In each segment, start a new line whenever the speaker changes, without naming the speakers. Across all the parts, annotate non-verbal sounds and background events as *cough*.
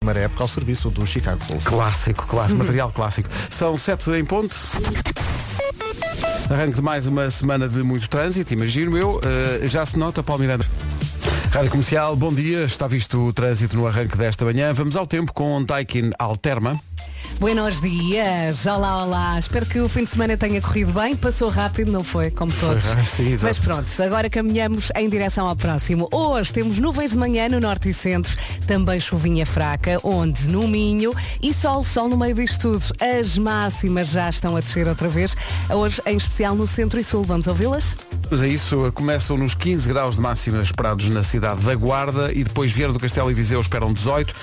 primeira época ao serviço do Chicago Bulls.
Clássico, clássico, material clássico. São sete em ponto. Arranque de mais uma semana de muito trânsito, imagino eu. Eh, já se nota, Paulo Miranda. Rádio Comercial, bom dia. Está visto o trânsito no arranque desta manhã. Vamos ao tempo com Daikin Alterma.
Buenos dias, olá, olá. Espero que o fim de semana tenha corrido bem. Passou rápido, não foi? Como todos.
rápido, sim, exato.
Mas pronto, agora caminhamos em direção ao próximo. Hoje temos nuvens de manhã no norte e centro, também chuvinha fraca, onde no Minho e sol, sol no meio disto tudo. As máximas já estão a descer outra vez, hoje em especial no centro e sul. Vamos ouvi-las?
Mas é isso, começam nos 15 graus de máxima esperados na cidade da Guarda e depois Vieira do Castelo e Viseu esperam 18,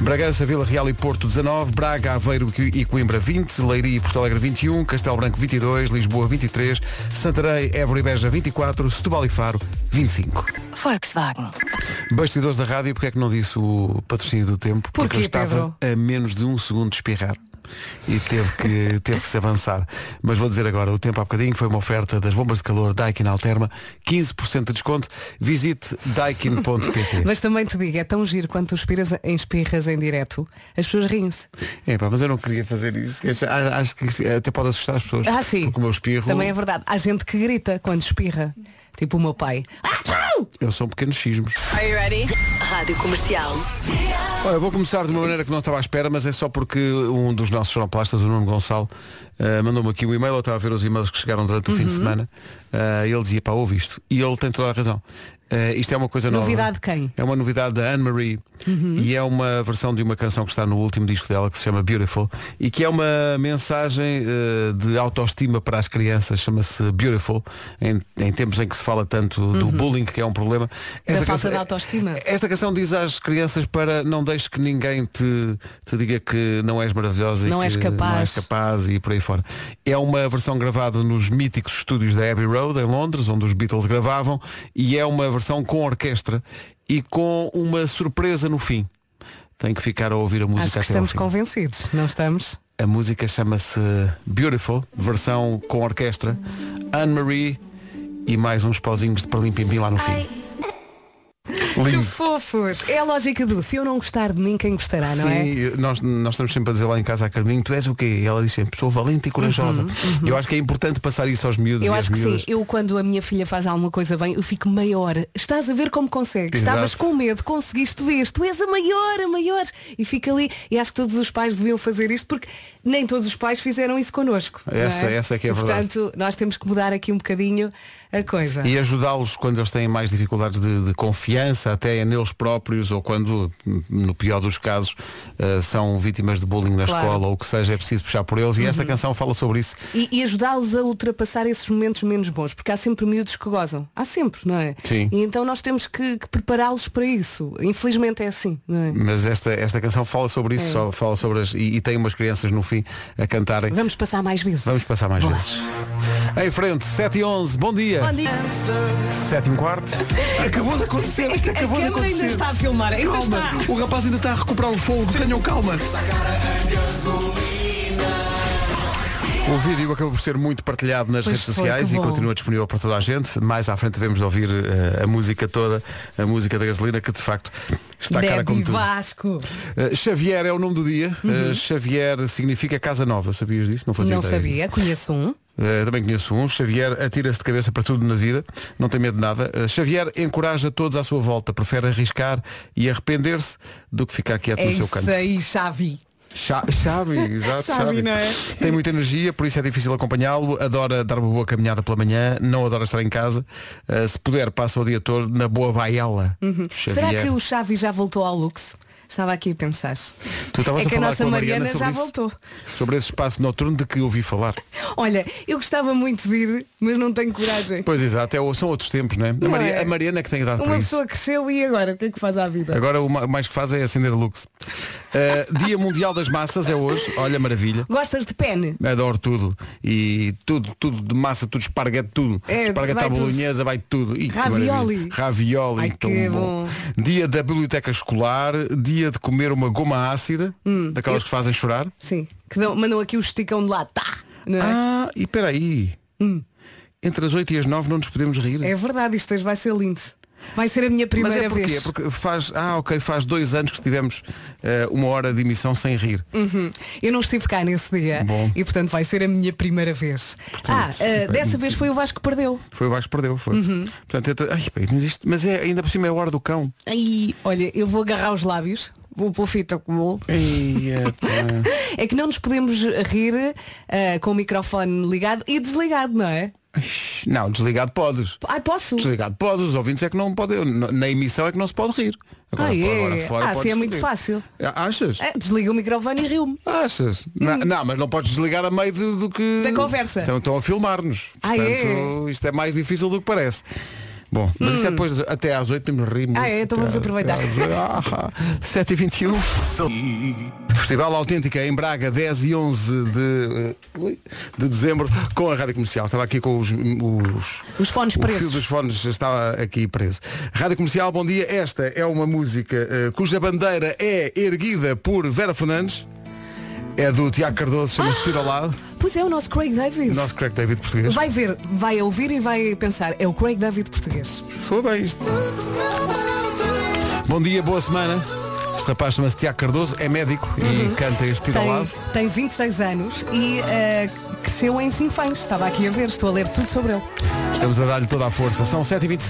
Bragança, Vila Real e Porto 19, Braga, Aveiro e Coimbra 20, Leiria e Porto Alegre 21, Castelo Branco 22, Lisboa 23, Santarém, Évora e Beja 24, Setúbal e Faro 25.
Volkswagen.
Bastidores da rádio, porque é que não disse o patrocínio do tempo? porque
Porquê,
eu estava a menos de um segundo de espirrar. E teve
*laughs*
que, teve que se avançar. Mas vou dizer agora, o tempo há bocadinho foi uma oferta das bombas de calor Daikin Alterma, 15% de desconto. Visite daikin.pt.
*laughs* Mas também te digo, é tão giro quando tu inspiras em espirras em direto, as pessoas riem-se.
É pá, mas eu não queria fazer isso. Eu já- Acho que até pode assustar as pessoas.
Ah, sim.
Porque o meu espirro,
Também é verdade. Há gente que grita quando espirra. Tipo o meu pai. Ah, tchau!
eu sou um pequenos sismos.
Are you ready? Rádio Comercial.
Olha, vou começar de uma maneira que não estava à espera, mas é só porque um dos nossos jornalistas, o Nuno Gonçalo, eh, mandou-me aqui um e-mail, eu estava a ver os e-mails que chegaram durante o fim
Uhum.
de semana, Eh, ele dizia, pá, ouve isto, e ele tem toda a razão. Eh, isto é uma coisa nova.
Novidade Uhum. de quem?
É uma novidade da Anne-Marie e é uma versão de uma canção que está no último disco dela que se chama Beautiful e que é uma mensagem eh, de autoestima para as crianças, chama-se Beautiful, em, em tempos em que se fala tanto do bullying, que é um problema.
Uhum. falta
é-
de autoestima.
Esta canção diz às crianças para não deixes que ninguém te, te diga que não és maravilhosa
Não
e
és
que
capaz.
não és capaz e por aí fora. É uma versão gravada nos míticos estúdios da Abbey Road em Londres, onde os Beatles gravavam, e é uma versão com orquestra e com uma surpresa no fim. Tem que ficar a ouvir a música
Acho que
até ao
estamos
fim.
convencidos, não estamos?
A música chama-se Beautiful, versão com orquestra, Anne-Marie e mais uns pauzinhos de perlimpimpim lá no fim.
Que fofos! É a lógica do se eu não gostar de mim, quem gostará, não é?
Sim, nós, nós estamos sempre a dizer lá em casa à Carminho, tu és o quê? E ela diz sempre, sou valente e corajosa. Eu acho que é importante passar isso aos miúdos
Uhum, Eu
e às
acho que
miúdas.
sim. Eu quando a minha filha faz alguma coisa bem, eu fico maior. Estás a ver como consegues.
Exato.
Estavas com medo, conseguiste ver. Tu és a maior, a maior. E fica ali. E acho que todos os pais deviam fazer isto porque nem todos os pais fizeram isso connosco. não
Essa-
é?
essa é que é
E,
a verdade.
Portanto, nós temos que mudar aqui um bocadinho a coisa.
E ajudá-los quando eles têm mais dificuldades de, de confiança, até neles próprios, ou quando, no pior dos casos, eh, são vítimas de bullying na
Claro. Uhum.
escola, ou o que seja, é preciso puxar por eles. E esta canção fala sobre isso.
E, e ajudá-los a ultrapassar esses momentos menos bons, porque há sempre miúdos que gozam. Há sempre, não é?
Sim.
E então nós temos que, que prepará-los para isso. Infelizmente é assim, não é?
Mas esta, esta canção fala sobre isso, só fala sobre as, e, e tem umas crianças no fim a cantarem.
Vamos passar mais vezes.
Vamos passar mais
Bora.
vezes. Em frente, 7 e 11, bom dia.
Bom dia.
7 e um quarto. Acabou de acontecer, isto
A câmera ainda está a filmar, ainda
Calma,
está.
o rapaz ainda está a recuperar o fogo, tenham calma. O vídeo acabou por ser muito partilhado nas
Pois
redes
foi,
sociais
que
e
bom.
continua disponível para toda a gente. Mais à frente devemos de ouvir eh, a música toda, a música da gasolina, que de facto está cara como
Daddy
tudo.
Vasco.
Eh, Xavier é o nome do dia. Eh, Xavier significa casa nova. Sabias disso? Não fazia
Uhum. Não
ideia.
sabia, conheço um.
Uh, também conheço um. Xavier atira-se de cabeça para tudo na vida, não tem medo de nada. Uh, Xavier encoraja todos à sua volta, prefere arriscar e arrepender-se do que ficar quieto
É
no seu
isso
canto.
aí, Xavi.
Xa-
*laughs*
Xavi, exato,
Xavi, não é?
Tem muita energia, por isso é difícil acompanhá-lo. Adora dar uma boa caminhada pela manhã, não adora estar em casa. Uh, se puder, passa o dia todo na boa baila. Xavier.
Uhum. Será que o Xavi já voltou ao Lux? Estava aqui a pensar.
Tu estavas
é que
a
a
falar
nossa
com a
Mariana,
sobre
já
isso,
voltou.
Sobre esse espaço noturno de que ouvi falar.
Olha, eu gostava muito de ir, mas não tenho coragem.
Pois exato, é- são outros tempos, não é? a,
Não
Maria,
é?
a Mariana é que tem idade para
Uma
isso.
pessoa cresceu e agora? O que é que faz à vida?
Agora o ma- mais que faz é acender Lux. Uh, Dia Mundial das Massas é hoje, olha maravilha.
Gostas de pene?
Adoro tudo. E tudo, tudo de massa, tudo esparguete, tudo.
É,
esparguete
vai
à
tudo.
bolonhesa, vai tudo. Ih, que
Ravioli.
maravilha. Ravioli,
Ai,
tão
que
bom.
bom.
Dia da biblioteca escolar, dia de comer uma goma ácida,
Hum.
daquelas que fazem chorar.
Sim. Que dão, mandam aqui o esticão de lá. Tá! Não é? Hum.
Ah, e peraí. Entre as 8 e as 9 não nos podemos rir.
É verdade, isto É hoje vai ser lindo. Vai ser a minha
Mas
primeira
é porquê?
vez.
Porque faz, ah, ok, faz dois anos que tivemos eh, uma hora de emissão sem rir.
Eu não estive cá nesse dia
Bom. é
e portanto vai ser a minha primeira vez. ah, ah, dessa vez foi o Vasco que perdeu.
Foi o Vasco que perdeu, foi.
Uhum.
Portanto, entra- ai, pá, mas, isto- mas é, ainda por cima é a hora do cão.
Aí, olha, eu vou agarrar os lábios, vou pôr fita comum.
Ai, é, pá.
É que não nos podemos rir ah, com o microfone ligado e desligado, não é?
não, desligado podes.
Ai, posso?
Desligado podes, os ouvintes é que não podem. n- Na emissão é que não se pode rir.
Ah, é? Ah,
podes
sim, é muito
rir.
fácil.
Ah, Achas?
Ah, desliga o microfone e riu-me.
Achas? Na- Não, mas não podes desligar a meio de- do que.
Hum. Da conversa.
Estão, estão a filmar-nos.
Ah,
Portanto, isto é mais difícil do que parece. Bom, mas isso é depois, até às 8 temos rimos.
Hum. Ah, é? Então vamos aproveitar.
Ah,
*laughs*
7h21. Festival Autêntica em Braga, 10 e 11 de, eh, ui, de dezembro, com a Rádio Comercial. Estava aqui com os. os
Os fones
o fio
presos.
dos fones estava aqui preso. Rádio Comercial, bom dia. Esta é uma música eh, cuja bandeira é erguida por Vera Fernandes. É do Tiago Cardoso,
Ah!
chama-se Tiro ao Lado.
Pois é, o nosso Craig Davis.
Nosso Craig David português.
Vai ver, vai ouvir e vai pensar, é o Craig David português.
Soa bem isto. Bom dia, boa semana. Este rapaz chama-se Tiago Cardoso, é médico e canta este Tiro ao Lado.
Uhum. Tem, tem 26 anos e eh, cresceu em Sinfãs. Estava aqui a ver, estou a ler tudo sobre ele.
Estamos a dar-lhe toda a força. São 7h20.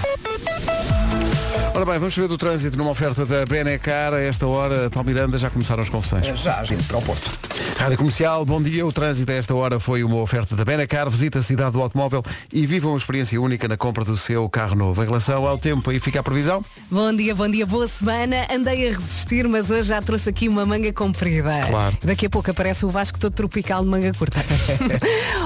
Ora bem, vamos saber do trânsito numa oferta da Benecar. A esta hora, Paulo Miranda, já começaram as confusões.
É, Já a gente para o Porto.
Rádio Comercial, bom dia. O trânsito a esta hora foi uma oferta da Benacar. Visita a cidade do automóvel e viva uma experiência única na compra do seu carro novo. Em relação ao tempo, aí fica a previsão.
Bom dia, bom dia, boa semana. Andei a resistir, mas hoje já trouxe aqui uma manga comprida.
Claro.
Daqui a pouco aparece o Vasco todo tropical de
*laughs*
manga curta.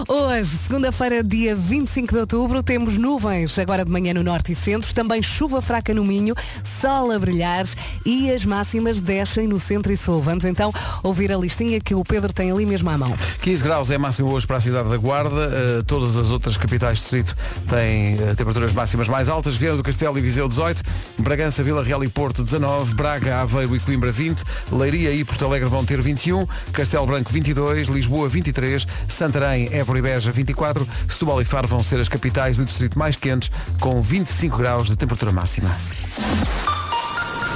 hoje, segunda-feira, dia 25 de outubro, temos nuvens agora de manhã no norte e centro, também chuva fraca no Minho, sol a brilhar e as máximas descem no centro e sul. Vamos então ouvir a listinha que o Pedro tem ali mesmo à mão.
15 graus é máximo hoje para a cidade da Guarda. Eh, todas as outras capitais de distrito têm eh, temperaturas máximas mais altas. Viana do Castelo e Viseu 18, Bragança, Vila Real e Porto 19, Braga, Aveiro e Coimbra 20, Leiria e Porto Alegre vão ter 21, Castelo Branco 22, Lisboa 23, Santarém, Évora e Beja 24, Setúbal e Faro vão ser as capitais de distrito mais quentes com 25 graus de temperatura máxima.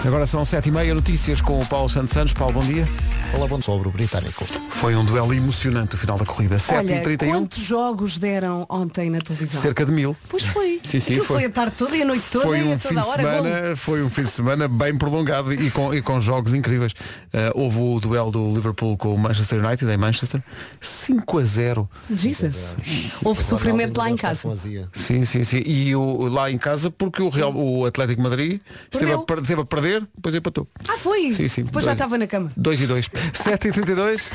Agora são 7h30, notícias com o Paulo Santos Santos. Paulo, bom dia.
Olá, bom sobre o britânico.
Foi um duelo emocionante o final da corrida.
Olha,
7h31.
quantos jogos deram ontem na televisão?
Cerca de mil.
Pois foi.
Sim, sim,
Aquilo foi.
foi
a tarde toda e a noite toda
Foi
e a
um,
toda
fim
a
de
hora. Gol.
semana, foi um fim de semana bem prolongado e com, e com jogos incríveis. Eh, houve o duelo do Liverpool com o Manchester United em Manchester. 5 a 0.
Jesus. É. Houve sofrimento lá em casa.
Sim, sim, sim. E o, lá em casa, porque o, Real, o Atlético de Madrid esteve a,
Perdeu.
per- esteve a perder, depois empatou.
Ah, foi?
Sim, sim.
Depois já
Dois-
estava na cama.
2 e 2. 7 e 32.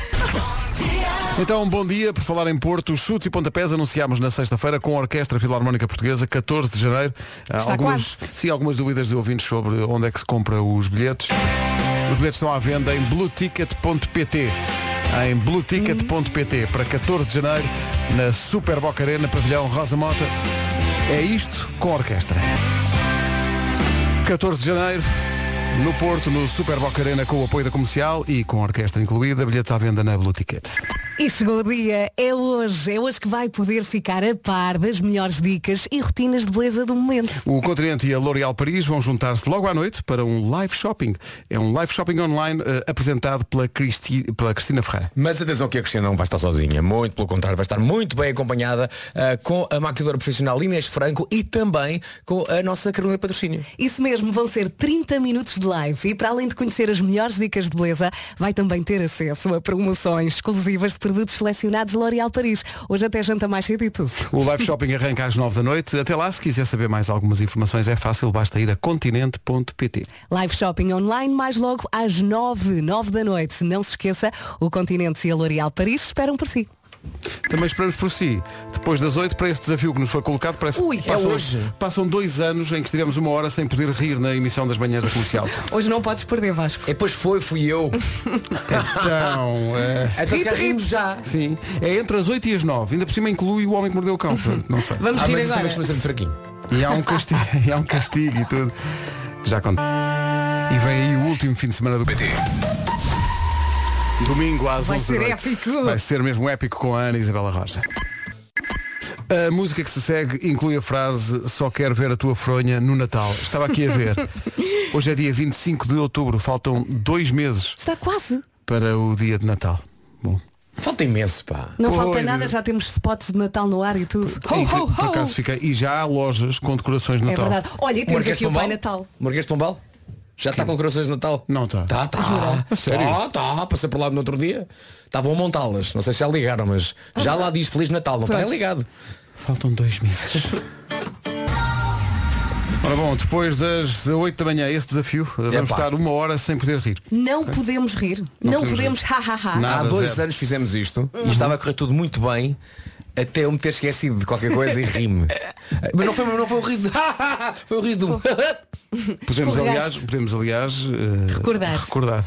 Então, bom dia. Por falar em Porto, os chutes e pontapés anunciámos na sexta-feira com a Orquestra Filarmónica Portuguesa, 14 de janeiro. Há
Está
algumas, sim, algumas dúvidas de ouvintes sobre onde é que se compra os bilhetes. Os bilhetes estão à venda em blueticket.pt em blueticket.pt para 14 de janeiro na Super Boca Arena, pavilhão Rosa Mota. É isto com a orquestra. 14 de janeiro, no Porto, no Super Boca Arena, com o apoio da comercial e com a orquestra incluída, bilhetes à venda na Blue Ticket.
E chegou o dia, é hoje, é hoje que vai poder ficar a par das melhores dicas e rotinas de beleza do momento.
O Continente e a L'Oréal Paris vão juntar-se logo à noite para um live shopping. É um live shopping online eh, apresentado pela, Cristi, pela Cristina Ferreira.
Mas atenção que a Cristina não vai estar sozinha, muito pelo contrário, vai estar muito bem acompanhada ah, com a maquilhadora profissional Inês Franco e também com a nossa Carolina Patrocínio.
Isso mesmo, vão ser 30 minutos de live e para além de conhecer as melhores dicas de beleza, vai também ter acesso a promoções exclusivas de produtos selecionados L'Oréal Paris. Hoje até janta mais cedo e tudo.
O live shopping arranca às 9 da noite. Até lá, se quiser saber mais algumas informações, é fácil, basta ir a continente.pt.
Live shopping online mais logo às 9, 9 da noite. Não se esqueça, o Continente e a L'Oréal Paris esperam por si.
Também esperamos por si, depois das 8, para esse desafio que nos foi colocado, parece
Ui, é
que passam,
hoje.
passam dois anos em que estivemos uma hora sem poder rir na emissão das manhãs da
*laughs*
comercial.
Hoje não podes perder, Vasco.
E depois foi, fui *laughs* eu.
então, é...
Então se calhar rimos já.
Sim, é entre as 8 e as 9, ainda por cima inclui o homem que mordeu o cão. Portanto, Não sei.
Vamos
Ah,
rir
mas isso também
agora.
costuma ser muito fraquinho.
E há um castigo, *laughs* e há um castigo e tudo. Já conta. E vem aí o último fim de semana do PT. Domingo às
Vai
11 da
ser
noite.
épico.
Vai ser mesmo épico com a Ana Isabela Rocha. A música que se segue inclui a frase Só quero ver a tua fronha no Natal. Estava aqui a ver.
*laughs*
Hoje é dia 25 de outubro, faltam dois meses
Está quase.
para o dia de Natal. Bom.
Falta imenso, pá.
Não
Pois
falta
é.
nada, já temos spots de Natal no ar e tudo.
É
Ho,
incrível,
ho,
Por
ho.
acaso fica. E já há lojas com decorações de
É
Natal. Um
verdade. Olha, e temos
Marquês
aqui o Pai Natal.
Marquês de Pombal? Já está com decorações de Natal?
Não está.
Tá, tá.
A sério?
Tá, tá. Passei por lá no outro dia. Estavam a montá-las. Não sei se já ligaram, mas já lá diz Feliz Natal. Ah, Não está
Pronto.
ligado.
Faltam dois meses. *laughs* Ora bom, depois das 8 da manhã, esse desafio, eh, vamos
Epá.
estar uma hora sem poder rir.
Não podemos rir. Não,
podemos
podemos ha ha ha.
Nada,
Há dois
zero.
anos fizemos isto e estava a correr tudo muito bem. Até eu me ter esquecido de qualquer coisa e ri-me. *laughs* Mas não foi, não foi o riso de. *laughs* foi o riso do.
Podemos
Escorregaste.
aliás, podemos aliás eh,
Recordar.
recordar.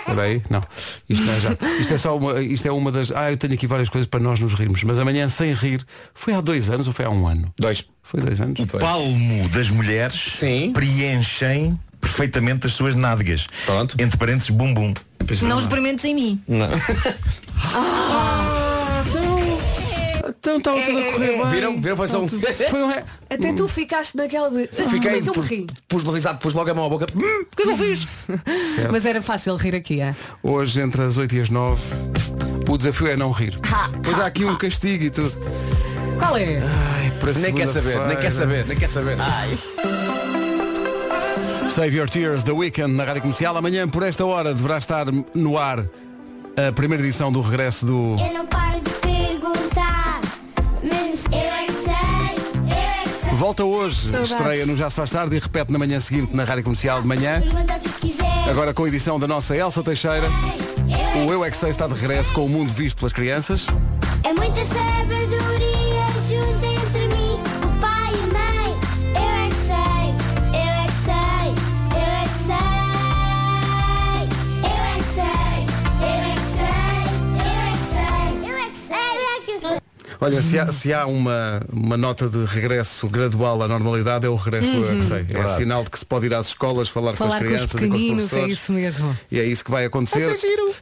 Espera aí, não. Isto não é já. Isto é só uma, isto é uma das. Ah, eu tenho aqui várias coisas para nós nos rirmos, mas amanhã sem rir foi há dois anos ou foi há um ano?
Dois.
Foi dois anos.
palmo das mulheres
Sim.
preenchem perfeitamente as suas nádegas.
Pronto.
Entre parênteses, bumbum.
Não experimentes em mim.
Então estava tudo
É,
a correr bem.
Viram? Viram? Foi só um. *laughs*
Foi um re-
Até tu ficaste naquela de. "Ah,
Fiquei.
Como é que eu me ri?
Pus no risado, pus logo a mão à boca. Hum,
Porque eu fiz. Mas era fácil rir aqui, é?
Hoje, entre as 8 e as 9, o desafio é não rir. Pois há aqui um castigo e tudo.
Qual é?
Ah, Para
Nem quer saber, nem quer
segunda-feira.
saber, nem quer saber.
Save Your Tears, The Weekend, na Rádio Comercial. Amanhã, por esta hora, deverá estar no ar a primeira edição do regresso do...
Eu não paro de perguntar, mesmo se eu é que sei, eu é que sei.
Volta hoje, estreia no Já Se Faz Tarde e repete na manhã seguinte na Rádio Comercial de manhã.
Pergunta o que quiser.
Agora com a edição da nossa Elsa Teixeira,
eu é
o Eu É Que Sei está de regresso com o mundo visto pelas crianças.
que- É muita sabedoria junto entre mim, o pai e a mãe. Eu é que sei, eu é que sei, eu é que sei. Eu é que sei, eu é que sei, eu é que sei, eu é que sei. Eu é que sei.
Olha, se há, se há uma, uma nota de regresso gradual à normalidade, é o regresso do Eu É Que Sei. É sinal de que se pode ir às escolas, falar, com as
Uhum. Falar com os
crianças e com os
pequeninos, é
professores.
isso mesmo.
E é isso que vai acontecer.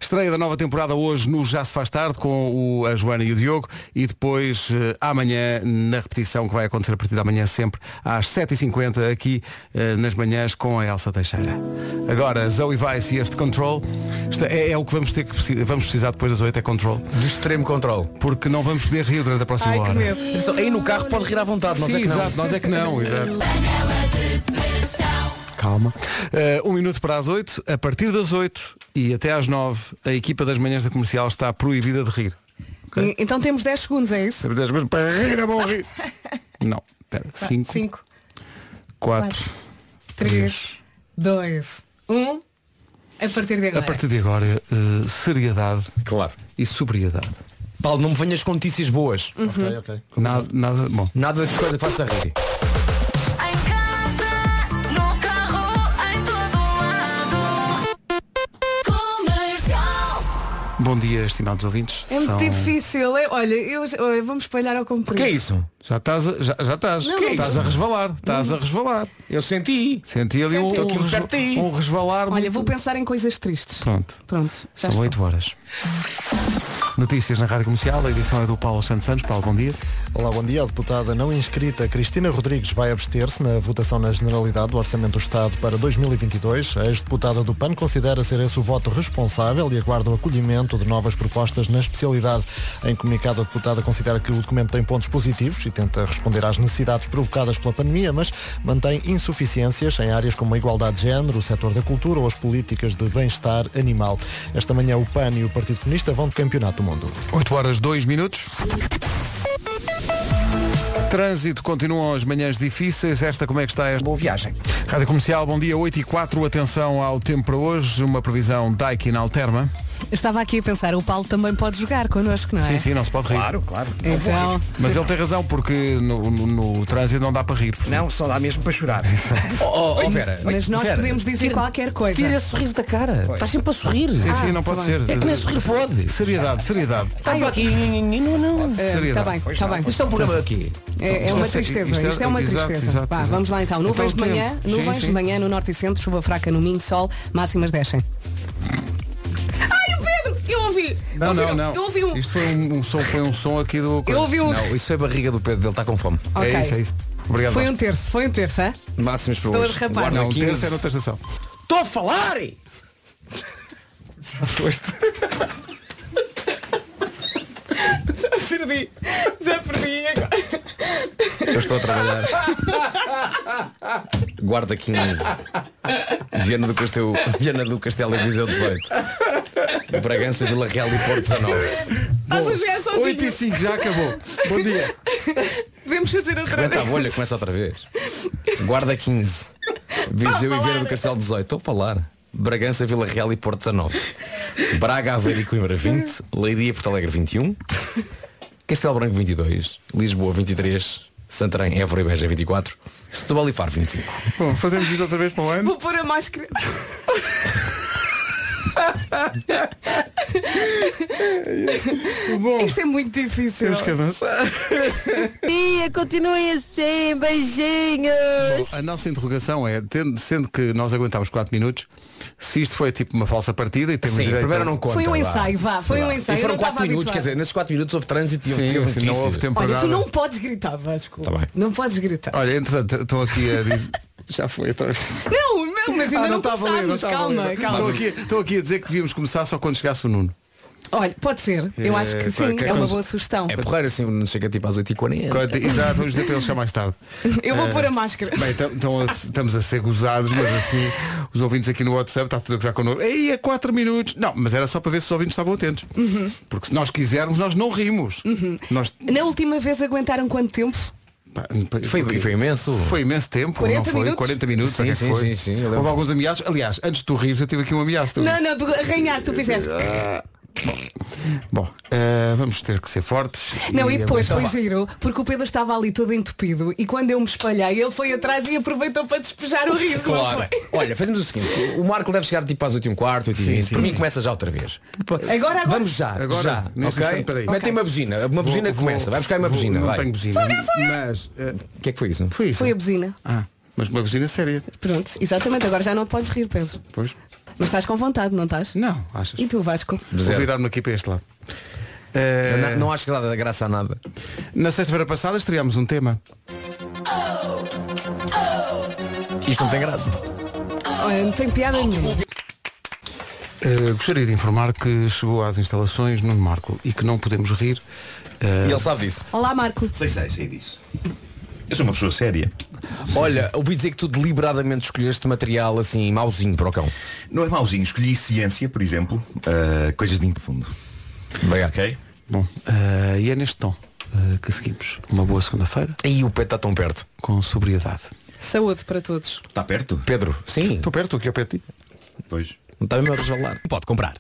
Estreia da nova temporada hoje no Já se faz tarde com o- a Joana e o Diogo e depois eh, amanhã na repetição que vai acontecer a partir da manhã sempre às 7h50 aqui eh, nas manhãs com a Elsa Teixeira. Agora Zoe Weiss e este Control Isto é, é o que vamos ter que precisar, vamos precisar depois das 8 é Control
De extremo controle.
porque não vamos poder rir durante a próxima hora.
Só- Aí no carro pode rir à vontade, nós
Sim,
é que não.
exato, nós é que não, exato. Calma. Eh, um minuto para as oito, a partir das oito e até às nove, a equipa das manhãs da comercial está proibida de rir.
E- Então temos 10 segundos, é isso?
Mas para rir é bom rir. *laughs* Não, espera. Cinco,
5,
quatro.
3, 2, 1. A partir de
A
agora.
partir de agora, eh, seriedade
Claro.
e sobriedade.
Paulo, não me venhas com notícias boas.
Ok,
Uhum.
ok.
Nada, nada bom.
Nada de coisa que faça rir.
Em casa, no carro, em todo lado. Comercial.
Bom dia, estimados ouvintes.
É muito
São-
difícil. é- olha, eu, eu- vamos espalhar ao comprido.
Que é isso?
Já estás, a- já, já estás.
Que é
estás
isso?
a resvalar, estás a resvalar.
Eu senti.
Senti ali um,
Estou aqui
um,
perto de ti.
resva- um resvalar.
Olha,
muito-
vou pensar em coisas tristes.
Pronto.
Pronto. já
São
estou.
8 horas. Notícias na Rádio Comercial, a edição é do Paulo Santos Santos. Paulo, bom dia.
Olá, bom dia. A deputada não inscrita Cristina Rodrigues vai abster-se na votação na Generalidade do Orçamento do Estado para 2022. A ex-deputada do PAN considera ser esse o voto responsável e aguarda o acolhimento de novas propostas na especialidade. Em comunicado, a deputada considera que o documento tem pontos positivos e tenta responder às necessidades provocadas pela pandemia, mas mantém insuficiências em áreas como a igualdade de género, o setor da cultura ou as políticas de bem-estar animal. Esta manhã, o PAN e o Partido Comunista vão de campeonato do mundo.
8 horas, 2 minutos. Trânsito continuam as manhãs difíceis. Esta como é que está esta?
Boa viagem.
Rádio Comercial, bom dia 8 e 4. Atenção ao tempo para hoje. Uma previsão Daikin Alterma.
Estava aqui a pensar, o Paulo também pode jogar connosco, não é?
Sim, sim, não se pode rir.
claro.
Então,
Mas ele tem razão, porque no, no- no trânsito não dá para rir.
Não, só dá mesmo para chorar.
*laughs* Oh, oh, Vera.
mas nós
Vera,
podemos dizer qualquer coisa. Ah,
Tira esse sorriso da cara. Estás sempre a sorrir.
Sim, sim, não
tá
pode ser.
É que nem sorrir fode.
Seriedade, seriedade.
Estava aqui. Não, não.
Eh, Está
seriedade.
bem, está bem.
Isto é um programa aqui.
É, é
Isto
uma
é-
tristeza,
isto
isto
é-
é, uma
exato,
tristeza.
exato,
Vá,
exato.
vamos lá então. Nuvens
Então,
de manhã,
tempo. Sim,
nuvens
sim.
de manhã no norte e centro, chuva fraca no Minho, sol, máximas descem. Ai, o Pedro! Eu ouvi ouvi.
Não, não,
Ouviram?
não.
Eu ouvi um.
Isto foi um, um som, foi um som aqui do. coisa.
ouvi um.
Não, isso foi a barriga do Pedro, ele está com fome.
Ok.
É isso, é isso. Obrigado.
Foi um terço, foi um terço, hã?
Máximos para
Estou a
hoje.
derrapar.
Guarda
Não, um
15.
terço era outra estação.
Estou a falar!
Já perdi. Já perdi.
*laughs* Eu estou a trabalhar. Guarda 15. Viana do Castelo, Viana do Castelo e Viseu 18. Bragança, Vila Real e Porto 19.
Mas hoje é só
8 e 5, já *laughs* acabou. Bom dia.
Podemos fazer outra
Aguenta a
vez.
bolha, começa outra vez. Guarda 15. Viseu e Viana do Castelo 18. Estou a falar. Bragança, Vila Real e Porto 19. Braga, Aveiro e Coimbra 20. Leiria e Porto Alegre 21. Castelo Branco 22. Lisboa 23. Santarém, Évora e Beja 24. Setúbal e Faro 25.
Bom, fazemos isto outra vez para o ano.
Vou pôr a máscara.
Bom,
Isto é muito difícil.
temos que avançar.
Tia, continuem assim, beijinhos!
A nossa interrogação é, tendo- sendo que nós aguentámos 4 minutos, se isto foi tipo uma falsa partida e temos
Sim,
direito
primeiro
a-
não conta.
Foi um
vá.
ensaio, vá, foi um ensaio. Eu
E
não
foram
estava
4 minutos,
habituada.
quer dizer, nesses 4 minutos houve trânsito e houve,
Sim,
houve
sim, não
notícias.
houve tempo
Olha,
para
tu
nada.
não podes gritar, Vasco.
Tá bem.
Não podes gritar.
Olha, entretanto, estão aqui a dizer. *laughs* Já foi outra vez.
Não, não, mas ainda
Ah,
não,
estava a ler,
começámos.
estava a
calma,
ler.
calma.
Estão aqui, estão aqui a dizer que devíamos começar só quando chegasse o Nuno.
Olha, pode ser. Eu acho que
É,
sim,
que-
é uma boa sugestão.
É porreiro assim, não chega tipo às 8h40.
Quando- Exato, vamos dizer para eles chegar mais tarde.
Eu
é.
vou pôr a máscara.
Bem, tam- tam- estamos a ser gozados, mas assim, os ouvintes aqui no WhatsApp está tudo a gozar connosco. Ei, é 4 minutos. Não, mas era só para ver se os ouvintes estavam atentos.
Uhum.
Porque se nós quisermos, nós não rimos. Nós...
Na última vez aguentaram quanto tempo?
Pá,
Foi,
porque-
foi imenso.
Foi imenso tempo,
40
não foi?
minutos?
40 minutos,
Sim,
o que é que
sim,
foi?
sim, sim, eu lembro.
Houve alguns ameaços. Aliás, antes de tu rires, eu tive aqui um ameaço também.
Não, não, tu arranhaste, tu fizeste.
Bom, eh, vamos ter que ser fortes.
Não, e depois
aguentar.
foi giro, porque o Pedro estava ali todo entupido e quando eu me espalhei, ele foi atrás e aproveitou para despejar o riso. não
Claro.
foi?
*laughs* Olha, fazemos o seguinte, o Marco deve chegar tipo às 8h15, 8h20. Para mim começa já outra vez.
Agora, agora.
Vamos já,
Agora,
já.
neste
ok?
instante, peraí.
Metem uma buzina. Uma buzina
Vou-
começa.
vou-
vai buscar uma
vou-
buzina.
Não
vai.
tenho buzina. Mas. eh,
O que é que foi isso?
foi isso?
Foi a buzina.
Ah, mas uma buzina séria.
Pronto, exatamente, agora já não te podes rir, Pedro.
Pois.
Mas estás com vontade, não estás?
Não, achas?
E tu, Vasco?
Vou
Zero.
virar-me aqui para este lado.
Eu
Eh,
na- Não acho que nada da graça a nada.
na sexta-feira passada estreámos um tema.
Isto não tem graça.
Olha, não tem piada nenhuma.
Eh, gostaria de informar que chegou às instalações Nuno Marco e que não podemos rir. eh,
E ele sabe disso.
Olá, Marco.
Sei, sei, sei disso. Eu sou uma pessoa séria.
Olha, ouvi dizer que tu deliberadamente escolheste material assim mauzinho para o cão.
Não é mauzinho, escolhi ciência, por exemplo. ah, coisas de fundo.
Obrigado.
Ok?
Bom, eh, e é neste tom eh, que seguimos. Uma boa segunda-feira
E o Pedro está tão perto.
com sobriedade.
Saúde para todos.
Está perto?
Pedro, sim,
Estou perto, aqui ao pé de ti.
Pois.
não está mesmo a resvalar. Pode comprar.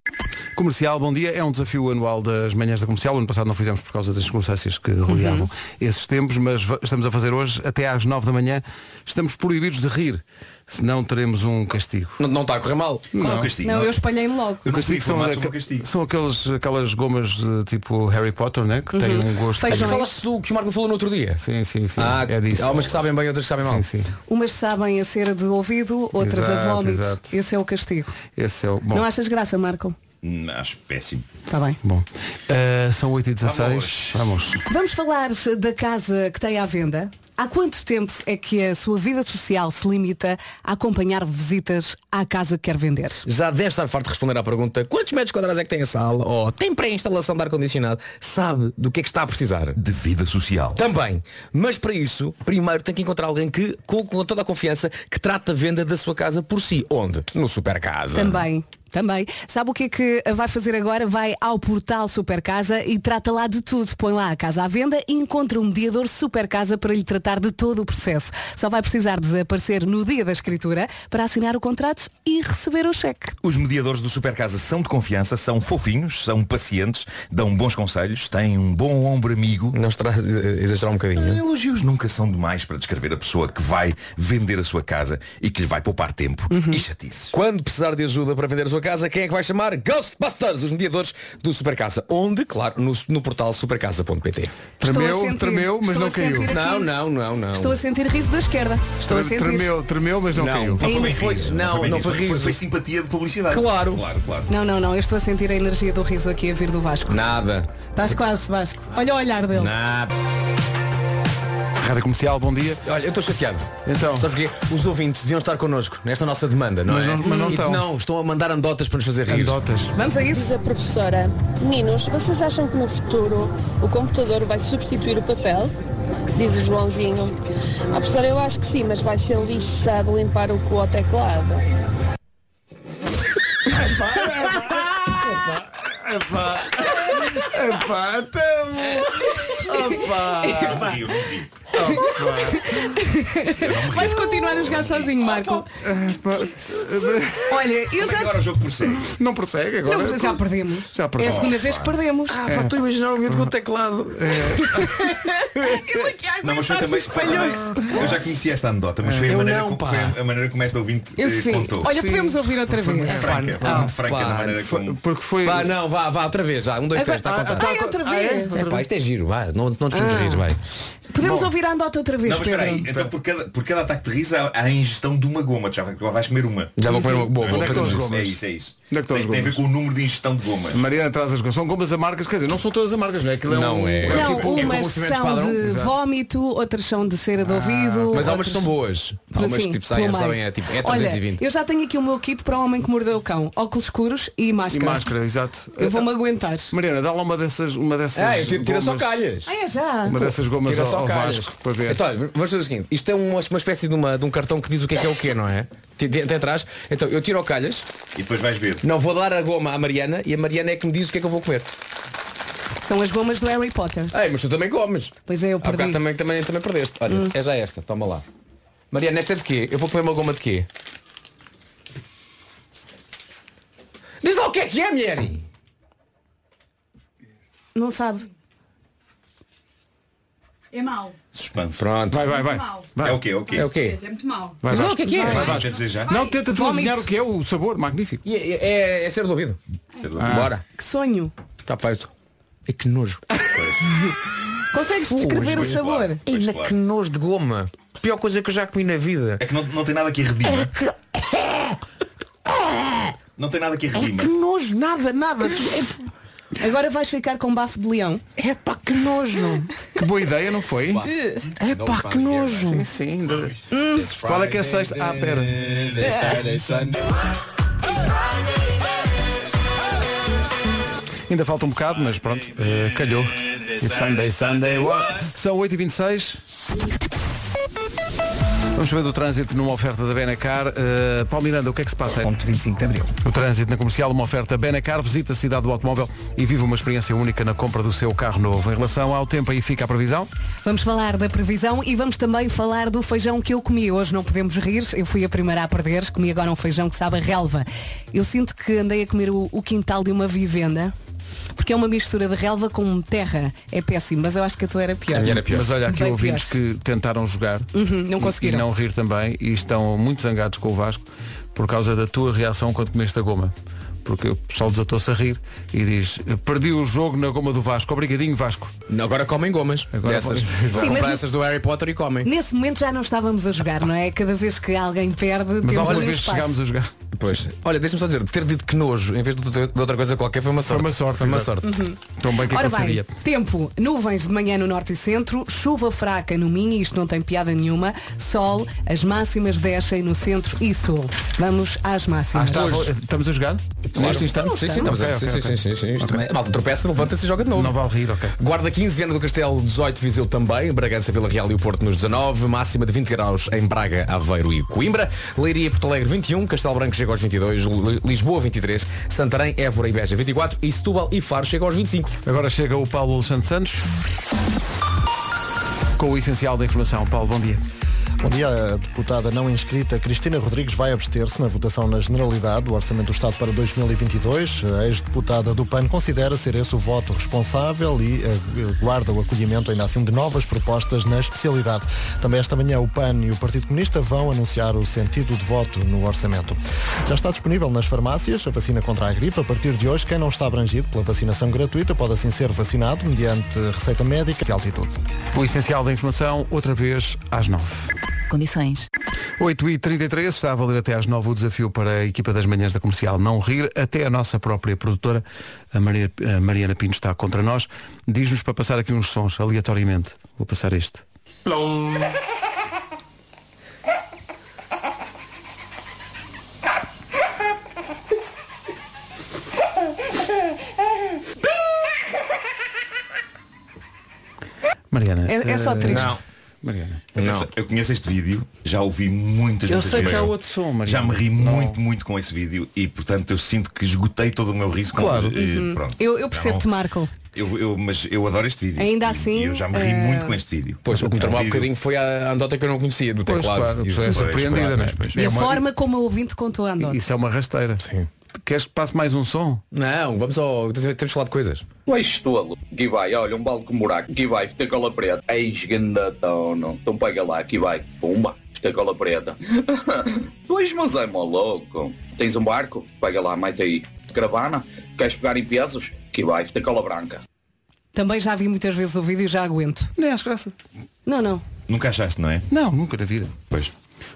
Comercial, bom dia. É um desafio anual das manhãs da comercial. Ano passado não fizemos por causa das circunstâncias que rodeavam esses tempos, mas va- estamos a fazer hoje até às 9 da manhã. Estamos proibidos de rir, senão teremos um castigo.
Não, não está a correr mal.
Qual é o castigo?
Não, eu espalhei-me logo.
O
não fui
castigo são,
informado sobre
aque-
o castigo.
são aqueles, aquelas gomas eh, tipo Harry Potter, né? Que têm
Uhum.
um gosto.
Mas
Feijão.
Ah, falaste do que o Marco falou no outro dia.
Sim, sim, sim.
Ah,
é disso.
Há umas que sabem bem, outras que sabem mal.
Sim, sim.
Umas sabem a cera de ouvido, outras
Exato,
a vómito.
exato.
Esse é o castigo.
Esse é o. Bom.
Não achas graça, Marco?
Hum, Acho péssimo.
Está bem.
Bom. Eh, são 8h16. Vamos.
Vamos falar da casa que tem à venda. Há quanto tempo é que a sua vida social se limita a acompanhar visitas à casa que quer vender?
Já deve estar farto de responder à pergunta quantos metros quadrados é que tem a sala? Ou tem pré-instalação de ar-condicionado? Sabe do que é que está a precisar?
De vida social.
Também. Mas para isso, primeiro tem que encontrar alguém que, com, com toda a confiança, que trata a venda da sua casa por si. Onde? No Supercasa.
Também. Também. Sabe o que é que vai fazer agora? Vai ao portal Super Casa e trata lá de tudo. Põe lá a casa à venda e encontra um mediador Super Casa para lhe tratar de todo o processo. Só vai precisar de aparecer no dia da escritura para assinar o contrato e receber o cheque.
Os mediadores do Supercasa são de confiança, são fofinhos, são pacientes, dão bons conselhos, têm um bom ombro amigo.
Não estará a exagerar um bocadinho.
Elogios nunca são demais para descrever a pessoa que vai vender a sua casa e que lhe vai poupar tempo e chatices.
Uhum. Quando precisar de ajuda para vender a sua tua casa, quem é que vai chamar? Ghostbusters, os mediadores do Supercaça. Onde, claro, no, no portal supercaça.pt.
Estou a Tremeu, sentir. tremeu, mas Estou não a caiu. sentir aqui.
Não, não, não, não.
Estou a sentir riso da esquerda. Estou a
Tre-
sentir.
Tremeu, tremeu, mas não, caiu.
Ainda foi, não, não foi riso.
simpatia de publicidade.
Claro.
Claro, claro.
Não, não, não. Eu estou a sentir a energia do riso aqui a vir do Vasco.
Nada.
Estás quase, Vasco. Olha o olhar dele.
Nada.
Rádio Comercial, bom dia.
Olha, eu estou chateado.
Então.
Sabes porquê? Os ouvintes deviam estar connosco nesta nossa demanda, não
Mas
é?
não- mas não
E
estão.
não, estão a mandar andotas para nos fazer rir.
Andotas.
Vamos a isso?
Diz a professora, meninos, vocês acham que no futuro o computador vai substituir o papel? Diz o Joãozinho. A professora, eu acho que sim, mas vai ser lixado limpar o cu ao teclado.
Epá, então.
Rio, não rio.
Vais continuar a jogar sozinho, Marco. Olha, eu
Como é que
já.
agora o jogo prossegue?
Não prossegue agora.
Não, já perdemos.
Já
É
perdemos.
a segunda vez que perdemos.
Ah, Estou a imaginar o miúdo com o teclado. É.
Ele aqui a
Não, mas
aguentar-se
foi também. foi
espalhou-se.
também- Eu já conhecia esta anedota, mas foi a,
Eu
maneira
não,
como,
pá.
foi a maneira como esta ouvinte eh,
Enfim,
contou.
olha,
Sim.
podemos ouvir outra
Foi muito
vez.
franca, foi muito franca
Ah, pá,
da maneira
Foi-
como.
Porque foi.
Vá, não, vá, vá, outra vez. Já, um, dois, três, está a
Agora-
contar.
Ai, outra
Ah, é?
vez.
É pá, isto é giro, vá, não, não te ah. rir, vai.
Podemos ouvir a andota outra vez,
Não, mas espera aí,
Pedro.
então por cada, por cada ataque de riso há, há a ingestão de uma goma, tu já vai- já vais comer uma.
Já vou comer uma boa,
Mas
vou
é
fazer
que
as
isso,
isso.
gomas.
É isso, é isso.
Onde é que estão
Tem,
as
tem a ver
gomas?
com o número de ingestão de gomas.
Mariana traz as gomas. São gomas a marcas, quer dizer, não são todas a marcas, não é? Aquilo é
Não,
um-
é-
um
Não,
tipo-
um
umas
movimento
são
padrão,
de
exato. Ah,
vómito, outras são de cera de ouvido.
Mas há
outras-
umas que são boas. Há umas
Sim,
que tipo
pelo
saem,
meio.
sabem, é tipo, é
Olha,
320.
eu já tenho aqui o meu kit para o homem que mordeu o cão. Óculos escuros e
E
máscara.
máscara, exato. Eh,
Eu vou-me aguentar.
Mariana, dá lá uma dessas. Uma dessas
Ah, eu tiro- tira só
gomas-
calhas.
Ah, é já.
Uma dessas gomas
Tira
ao,
só
ao
calhas.
Vasco para ver.
Então, olha, vamos fazer o seguinte, isto é uma, uma espécie de, uma- de um cartão que diz o que é que é o quê, não é? T- t- Até atrás. Então, eu tiro o calhas,
E depois vais ver.
não vou dar a goma à Mariana e a Mariana é que me diz o que é que eu vou comer.
São as gomas do Harry Potter.
Ei, mas tu também comes.
Pois é, eu
Há bocado
perdi.
Ah, também, também, também perdeste. Olha, é já esta, toma lá. Mariana, esta é de quê? Eu vou comer uma goma de quê? Diz lá o que é que é, mulher!
Não sabe.
É mau.
Suspense.
Pronto.
Vai, vai, vai.
Mau.
É o quê? É o quê?
É o quê?
É muito mau.
Vai,
Diz lá
Vasco.
o que é que é?
Vais dizer já?
Não, tenta tu
Vómito.
adivinhar o que é o sabor, magnífico.
E É, é, é ser do ouvido.
Sei lá.
Bora.
Que sonho.
Está Tá feito. É que *laughs* nojo.
Consegues descrever o
pois,
sabor?
claro. Pois,
Ainda
claro.
que nojo de goma. Pior coisa que eu já comi na vida.
É que não, não tem nada que redima. Não tem nada que redima.
nojo, nada, nada.
Agora vais ficar com bafo de leão.
É pá, que nojo.
Que boa ideia, não foi?
É pá, que nojo.
Sim, sim. ainda- Qual é que é a sexta? Ah, pera. Ainda falta um bocado, mas pronto, eh, calhou. It's Sunday, Sunday, what? São 8h26. Vamos saber do trânsito numa oferta da Benacar. Eh, Paulo Miranda, o que é que se passa? Ponto 25 de Abril. O trânsito na comercial, uma oferta Benacar, visita a cidade do automóvel e vive uma experiência única na compra do seu carro novo. Em relação ao tempo, aí fica a previsão.
Vamos falar da previsão e vamos também falar do feijão que eu comi. Hoje não podemos rir, eu fui a primeira a perder, comi agora um feijão que sabe a relva. Eu sinto que andei a comer o, o quintal de uma vivenda, porque é uma mistura de relva com terra. É péssimo, mas eu acho que a tua era É pior.
Mas olha, aqui
Bem
ouvintes
pior.
que tentaram jogar
Uhum, não
e-
conseguiram.
E, não rir também e estão muito zangados com o Vasco por causa da tua reação quando comeste a goma. Porque o pessoal desatou-se a rir e diz, perdi o jogo na goma do Vasco. Obrigadinho, Vasco.
Agora comem gomas.
Agora
dessas.
comem.
Vão
Sim,
comprar
mas-
essas do Harry Potter e comem.
Nesse momento já não estávamos a jogar, não é? Cada vez que alguém perde,
Mas
temos
alguma
ali um
vez
espaço.
chegámos a jogar.
Pois. Olha, deixa-me só dizer, ter dito que nojo em vez de outra- de outra coisa qualquer foi uma sorte.
uma sorte,
Foi uma
exato.
sorte.
Tão bem que
Ora bem,
aconteceria.
tempo, nuvens de manhã no norte e centro, chuva fraca no Minho, isto não tem piada nenhuma, sol, as máximas descem no centro e sul. Vamos às
Ah,
máximas.
está- estamos a jogar? Neste instante?
Sim, sim, estamos a-
Ok,
sim,
ok,
sim,
ok.
sim, sim, sim, isto também. A Malta tropeça, levanta-se e joga de novo.
Não vale rir, ok.
Guarda 15, Viana do Castelo 18, Viseu também, Bragança, Vila Real e o Porto nos 19, máxima de 20 graus em Braga, Aveiro e Coimbra, Leiria e Porto Alegre 21, Castelo Branco chega aos 22, Li- Lisboa 23, Santarém, Évora e Beja 24 e Setúbal e Faro chegam aos 25.
Agora chega o Paulo Alexandre Santos com o essencial da informação. Paulo, bom dia.
Bom dia, a deputada não inscrita Cristina Rodrigues vai abster-se na votação na Generalidade do Orçamento do Estado para 2022. A ex-deputada do PAN considera ser esse o voto responsável e eh, guarda o acolhimento, ainda assim, de novas propostas na especialidade. Também esta manhã o PAN e o Partido Comunista vão anunciar o sentido de voto no orçamento. Já está disponível nas farmácias a vacina contra a gripe. A partir de hoje, quem não está abrangido pela vacinação gratuita pode assim ser vacinado mediante receita médica de altitude.
O essencial da informação, outra vez às 9.
Condições.
8h33, está a valer até às 9 o desafio para a equipa das manhãs da comercial não rir. Até a nossa própria produtora, a, Maria- a Mariana Pinto, está contra nós. Diz-nos para passar aqui uns sons, aleatoriamente. Vou passar este. Mariana.
É- é só
eh,
triste. Não.
Mariana.
Atenção, Eu conheço este vídeo, já ouvi muitas
Eu
muitas
sei que
é
vezes.
há outro som, Mariana.
Já me ri
Não.
muito, muito com esse vídeo e portanto eu sinto que esgotei todo o meu riso com
Claro.
eh,
Hum,
pronto.
eu
Já
eu percebo-te,
não-
Marco.
eu, eu- Mas eu adoro este vídeo.
Ainda
E-
assim,
e eu já me ri
eh,
muito com este vídeo.
Pois, o que me
É um
tremou um
vídeo-
bocadinho foi a andota que eu não conhecia do
Pois,
teclado.
claro, a
Isso
pessoa é
foi- foi-
surpreendida, não é?
pois.
E
É
a
uma-
forma como a ouvinte contou a andota.
Isso é uma rasteira. Sim. Queres que passe mais um som?
Não, vamos ao. Temos de falar de coisas.
Leixo tolo. Aqui vai, olha, um balde com buraco. Aqui vai, fita cola preta. Eis, ganda tono. Então pega lá, aqui vai. Pumba, fita cola preta. *laughs* tu és, mas é maluco. Tens um barco? Pega lá, mete aí. Caravana? Queres pegar em pesos? Aqui vai, fita cola branca.
Também já vi muitas vezes o vídeo e já aguento.
Não é às graças.
Não, não.
Nunca achaste, não é?
Não, nunca na vida.
Pois.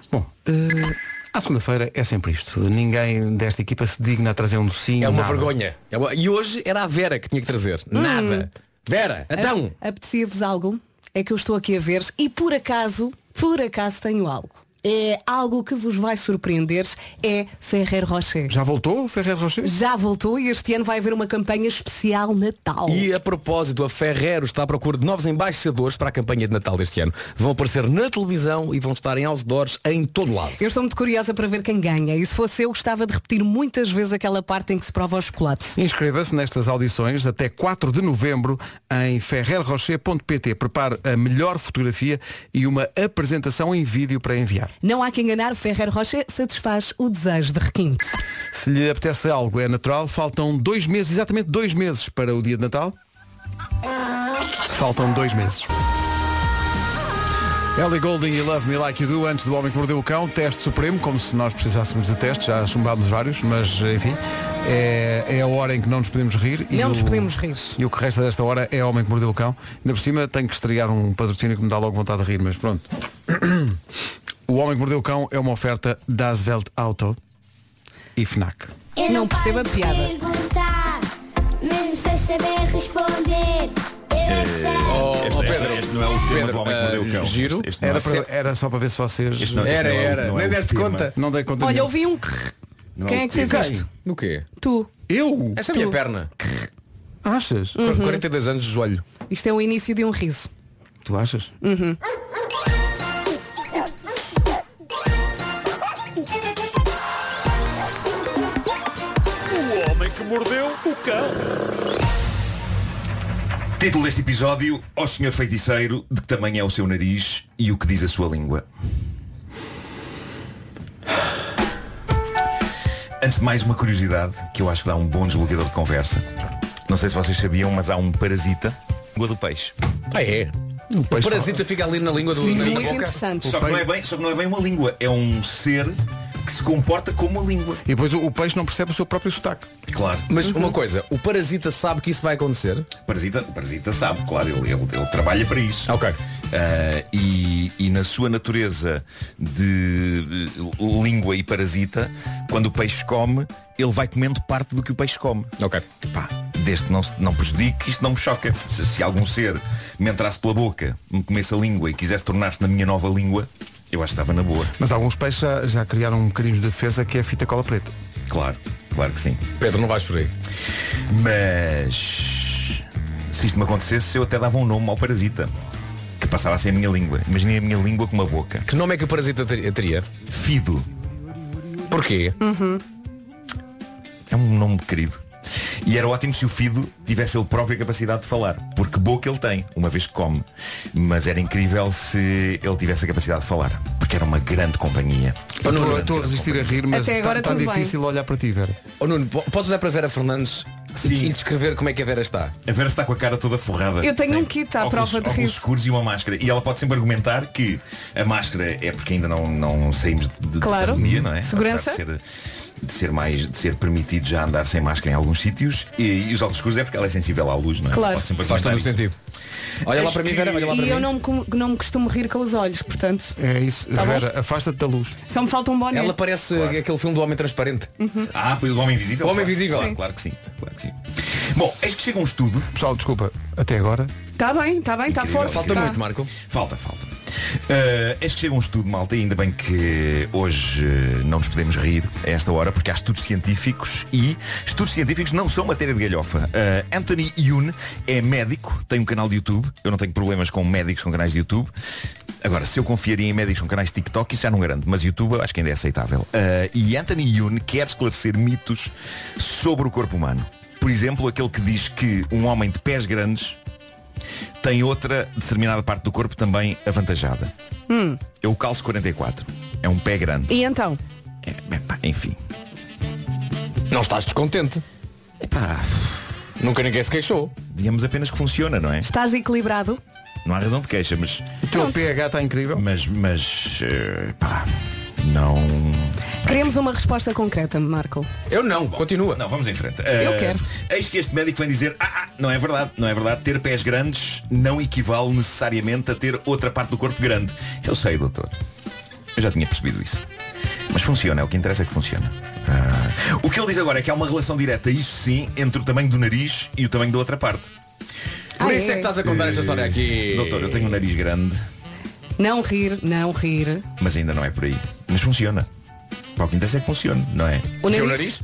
Bom, eh, à segunda-feira é sempre isto. Ninguém desta equipa se digna a trazer um docinho.
É uma
nada.
vergonha. É uma- E hoje era a Vera que tinha que trazer.
Hum.
Nada. Vera,
É-
então.
A- Apetecia-vos algo? É que eu estou aqui a ver e por acaso, por acaso tenho algo. É algo que vos vai surpreender é Ferrer Rocher.
Já voltou o Ferreira Rocher?
Já voltou e este ano vai haver uma campanha especial Natal.
E a propósito, a Ferrero está à procura de novos embaixadores para a campanha de Natal deste ano. Vão aparecer na televisão e vão estar em outdoors em todo lado.
Eu estou muito curiosa para ver quem ganha e se fosse eu gostava de repetir muitas vezes aquela parte em que se prova o chocolate.
Inscreva-se nestas audições até 4 de novembro em ferrerrocher.pt. Prepare a melhor fotografia e uma apresentação em vídeo para enviar.
Não há que enganar, Ferrer Rocher satisfaz o desejo de requinte.
Se lhe apetece algo, é natural. Faltam dois meses, exatamente dois meses para o dia de Natal. Faltam dois meses. Ellie Golding e Love Me Like You Do antes do Homem que Mordeu o Cão, teste supremo, como se nós precisássemos de testes, já chumbámos vários, mas enfim, é, é a hora em que não nos podemos rir.
Não nos
o-
podemos rir.
E o que resta desta hora é Homem que Mordeu o Cão. Ainda por cima tenho que estrear um patrocínio que me dá logo vontade de rir, mas pronto. *clears throat* O Homem que Mordeu o Cão é uma oferta da Asvelt Auto e FNAC.
Eu
Não percebo a
paro de
piada.
perguntar, mesmo sem saber responder. Eu é que sei.
Este, este- este não é o tema do homem que mordeu o
Oh, eh,
cão.
giro.
Este, este não
Era,
é.
para- era só para ver se vocês.
Este não- este
Era,
não é o-
era.
não é
Nem
o
deste
tema.
conta.
Não dei conta
Olha,
nenhuma.
ouvi um crrr.
Não
Quem
o
é que fez
tema.
isto?
No quê?
Tu.
Eu?
Essa é a minha
Tu.
perna. Uhum.
Achas?
42 anos de joelho.
Isto é o início de um riso.
Tu achas?
Título deste episódio, ó senhor feiticeiro, de que tamanho é o seu nariz e o que diz a sua língua. Antes de mais uma curiosidade, que eu acho que dá um bom desbloqueador de conversa. Não sei se vocês sabiam, mas há um parasita, língua do peixe.
Ah, é. O parasita fica ali na língua do na
Muito
boca.
interessante.
Só que, não é bem, só que não é bem uma língua, é um ser que se comporta como uma língua.
E depois o, o peixe não percebe o seu próprio sotaque.
Claro.
Mas uma coisa, o parasita sabe que isso vai acontecer?
O parasita, o parasita sabe, claro, ele, ele- ele trabalha para isso.
Ok.
Ah, e, e na sua natureza de eh, língua e parasita, quando o peixe come, ele vai comendo parte do que o peixe come.
Ok.
Pá, desde que não, se- não prejudique, isto não me choca. Se, se algum ser me entrasse pela boca, me comesse a língua e quisesse tornar-se na minha nova língua, eu acho que estava na boa.
Mas alguns peixes já, já criaram um mecanismo de defesa que é a fita cola preta.
Claro, claro que sim.
Pedro, não vais por aí.
Mas se isto me acontecesse, eu até dava um nome ao parasita. Que passava a ser a minha língua. Imaginei a minha língua com uma boca.
Que nome é que o parasita ter- teria?
Fido.
Porquê?
É um nome querido. E era ótimo se o Fido tivesse ele própria capacidade de falar. Porque boca ele tem, uma vez que come. Mas era incrível se ele tivesse a capacidade de falar. que era uma grande companhia.
Eu Oh, não- eu estou a resistir a rir, mas Até agora tá- tá tudo bem. difícil olhar para ti, Vera.
Oh, Nuno, po- podes olhar para Vera Fernandes e descrever como é que a Vera está?
A Vera está com a cara toda forrada.
Eu tenho um kit à
óculos,
prova de
óculos
risco.
escuros e uma máscara. E ela pode sempre argumentar que a máscara é porque ainda não, não saímos de, de
Claro.
da pandemia, não é?
Segurança.
Apesar de ser, de ser mais de ser permitido já andar sem máscara em alguns sítios. E, e os óculos escuros é porque ela é sensível à luz, não é?
Claro.
Pode sempre
Faz todo o
argumentar isso.
sentido. Olha lá
Acho
para mim,
que-
Vera, olha lá
e
para mim.
eu não me, com- não me costumo rir com os olhos, portanto.
É isso.
Tá bom.
Vera, afasta-te da luz.
Só me falta um boné.
Ela parece aquele filme do Homem Transparente.
Ah, pois o Homem Invisível.
O Homem
claro.
Invisível.
Sim, Claro que sim. Claro que sim. Bom, eis que chega um estudo.
Pessoal, desculpa, até agora.
Está Tá bem, está bem, está
Incrível,
forte.
incrível.
tá.
Falta, falta. Uh, este chega um estudo, malta, e ainda bem que hoje eh, não nos podemos rir a esta hora, porque há estudos científicos e estudos científicos não são matéria de galhofa. Uh, Anthony Yoon é médico, tem um canal de YouTube. Eu não tenho problemas com médicos com canais de YouTube. Agora, se eu confiaria em médicos com canais de TikTok, isso já não garanto, mas YouTube eu acho que ainda é aceitável. Uh, e Anthony Yoon quer esclarecer mitos sobre o corpo humano. Por exemplo, aquele que diz que um homem de pés grandes tem outra determinada parte do corpo também avantajada.
Hum.
É o calço 44. É um pé grande.
E então?
Epá, enfim.
Não estás descontente.
Epá.
Nunca ninguém se queixou.
É Digamos apenas que funciona, não é?
Estás equilibrado?
Não há razão de queixa, mas.
O teu pH está incrível.
Mas, mas. eh, pá. Não.
Queremos uma resposta concreta, Marco.
Eu não, continua.
Não, vamos em frente.
Eu
Eh,
quero.
Eis que este médico vem dizer, ah, ah, não é verdade, não é verdade, ter pés grandes não equivale necessariamente a ter outra parte do corpo grande. Eu sei, doutor. Eu já tinha percebido isso. Mas funciona, é o que interessa é que funciona. Ah, O que ele diz agora é que há uma relação direta, isso sim, entre o tamanho do nariz e o tamanho da outra parte.
Ah,
Por isso é que estás a contar esta história aqui.
Doutor, eu tenho um nariz grande,
Não rir, não rir.
mas ainda não é por aí. Mas funciona. Pá, O que interessa é que funciona, não é?
O nariz? Que é o nariz?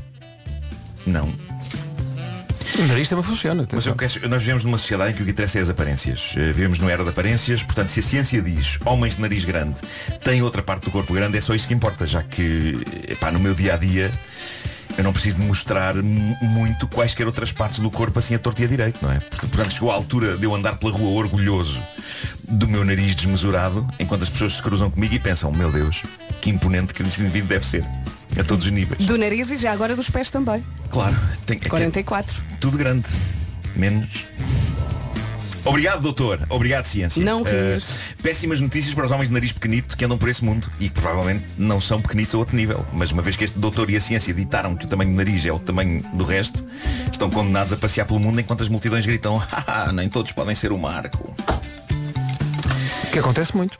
Não.
O nariz também funciona.
Mas eu quero- nós vivemos numa sociedade em que o que interessa é as aparências. Eh, Vivemos numa era de aparências, portanto, se a ciência diz homens de nariz grande têm outra parte do corpo grande, é só isso que importa, já que epá, no meu dia a dia eu não preciso de mostrar mu- muito quaisquer outras partes do corpo assim a torto e a direito, não é? Porque, Portanto, chegou a altura de eu andar pela rua orgulhoso do meu nariz desmesurado, enquanto as pessoas se cruzam comigo e pensam, meu Deus, que imponente que este indivíduo deve ser, a todos os níveis.
Do nariz e já agora dos pés também.
Claro, tem, é que-
44.
tudo grande. Menos. Obrigado, doutor. Obrigado, ciência.
Não rir.
Eh, péssimas notícias para os homens de nariz pequenito que andam por esse mundo e que provavelmente não são pequenitos a outro nível. Mas uma vez que este doutor e a ciência ditaram que o tamanho do nariz é o tamanho do resto, estão condenados a passear pelo mundo enquanto as multidões gritam *laughs* "Haha, nem todos podem ser o
*laughs*
Marco.
Que acontece muito.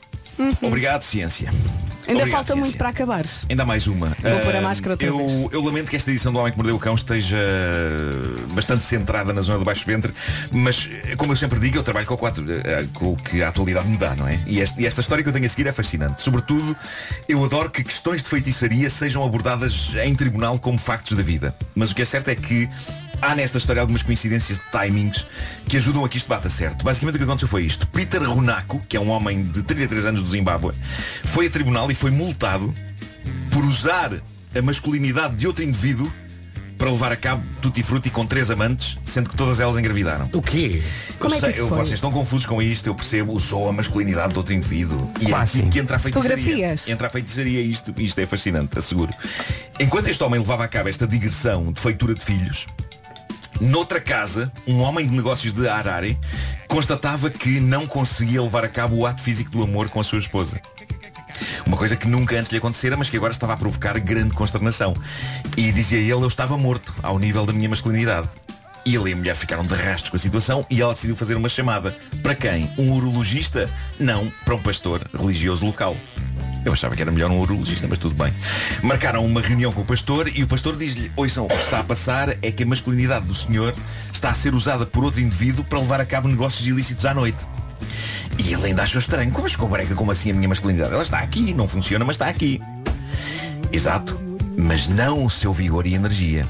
Obrigado, ciência.
Ainda
Obrigado,
falta
ciência.
muito para acabar.
Ainda há mais uma.
Vou pôr a
Ah,
máscara outra
eu,
vez.
eu lamento que esta edição do Homem que Mordeu o Cão esteja bastante centrada na zona do baixo ventre, mas eh, como eu sempre digo, eu trabalho com, o quatro- eh, com o que a atualidade me dá, não é? E, este- e esta história que eu tenho a seguir é fascinante. Sobretudo, eu adoro que questões de feitiçaria sejam abordadas em tribunal como factos da vida. Mas o que é certo é que há nesta história algumas coincidências de timings que ajudam a que isto bata certo. Basicamente o que aconteceu foi isto. Peter Runaco, que é um homem de 33 anos do Zimbábue, foi a tribunal e foi multado por usar a masculinidade de outro indivíduo para levar a cabo tutti frutti com três amantes, sendo que todas elas engravidaram.
O quê?
Como é
eu
que
sei,
isso
eu-
foi?
vocês estão confusos com isto, eu percebo, usou a masculinidade de outro indivíduo. E é
Pá,
aqui
sim.
que entra a feitiçaria.
Ah, Fotografias.
Entra a feitiçaria isto, isto é fascinante, asseguro. Enquanto este homem levava a cabo esta digressão de feitura de filhos, Noutra casa, um homem de negócios de Harare constatava que não conseguia levar a cabo o ato físico do amor com a sua esposa. Uma coisa que nunca antes lhe acontecera, mas que agora estava a provocar grande consternação. E dizia ele, eu estava morto, ao nível da minha masculinidade. E ele e a mulher ficaram de rastros com a situação e ela decidiu fazer uma chamada. Para quem? Um urologista? Não, para um pastor religioso local. Eu achava que era melhor um urologista, mas tudo bem. Marcaram uma reunião com o pastor e o pastor diz-lhe, ouçam, o que está a passar é que a masculinidade do senhor está a ser usada por outro indivíduo para levar a cabo negócios ilícitos à noite. E ele ainda achou estranho. Como ficou breca? Como assim a minha masculinidade? Ela está aqui, não funciona, mas está aqui. Exato. Mas não o seu vigor e energia.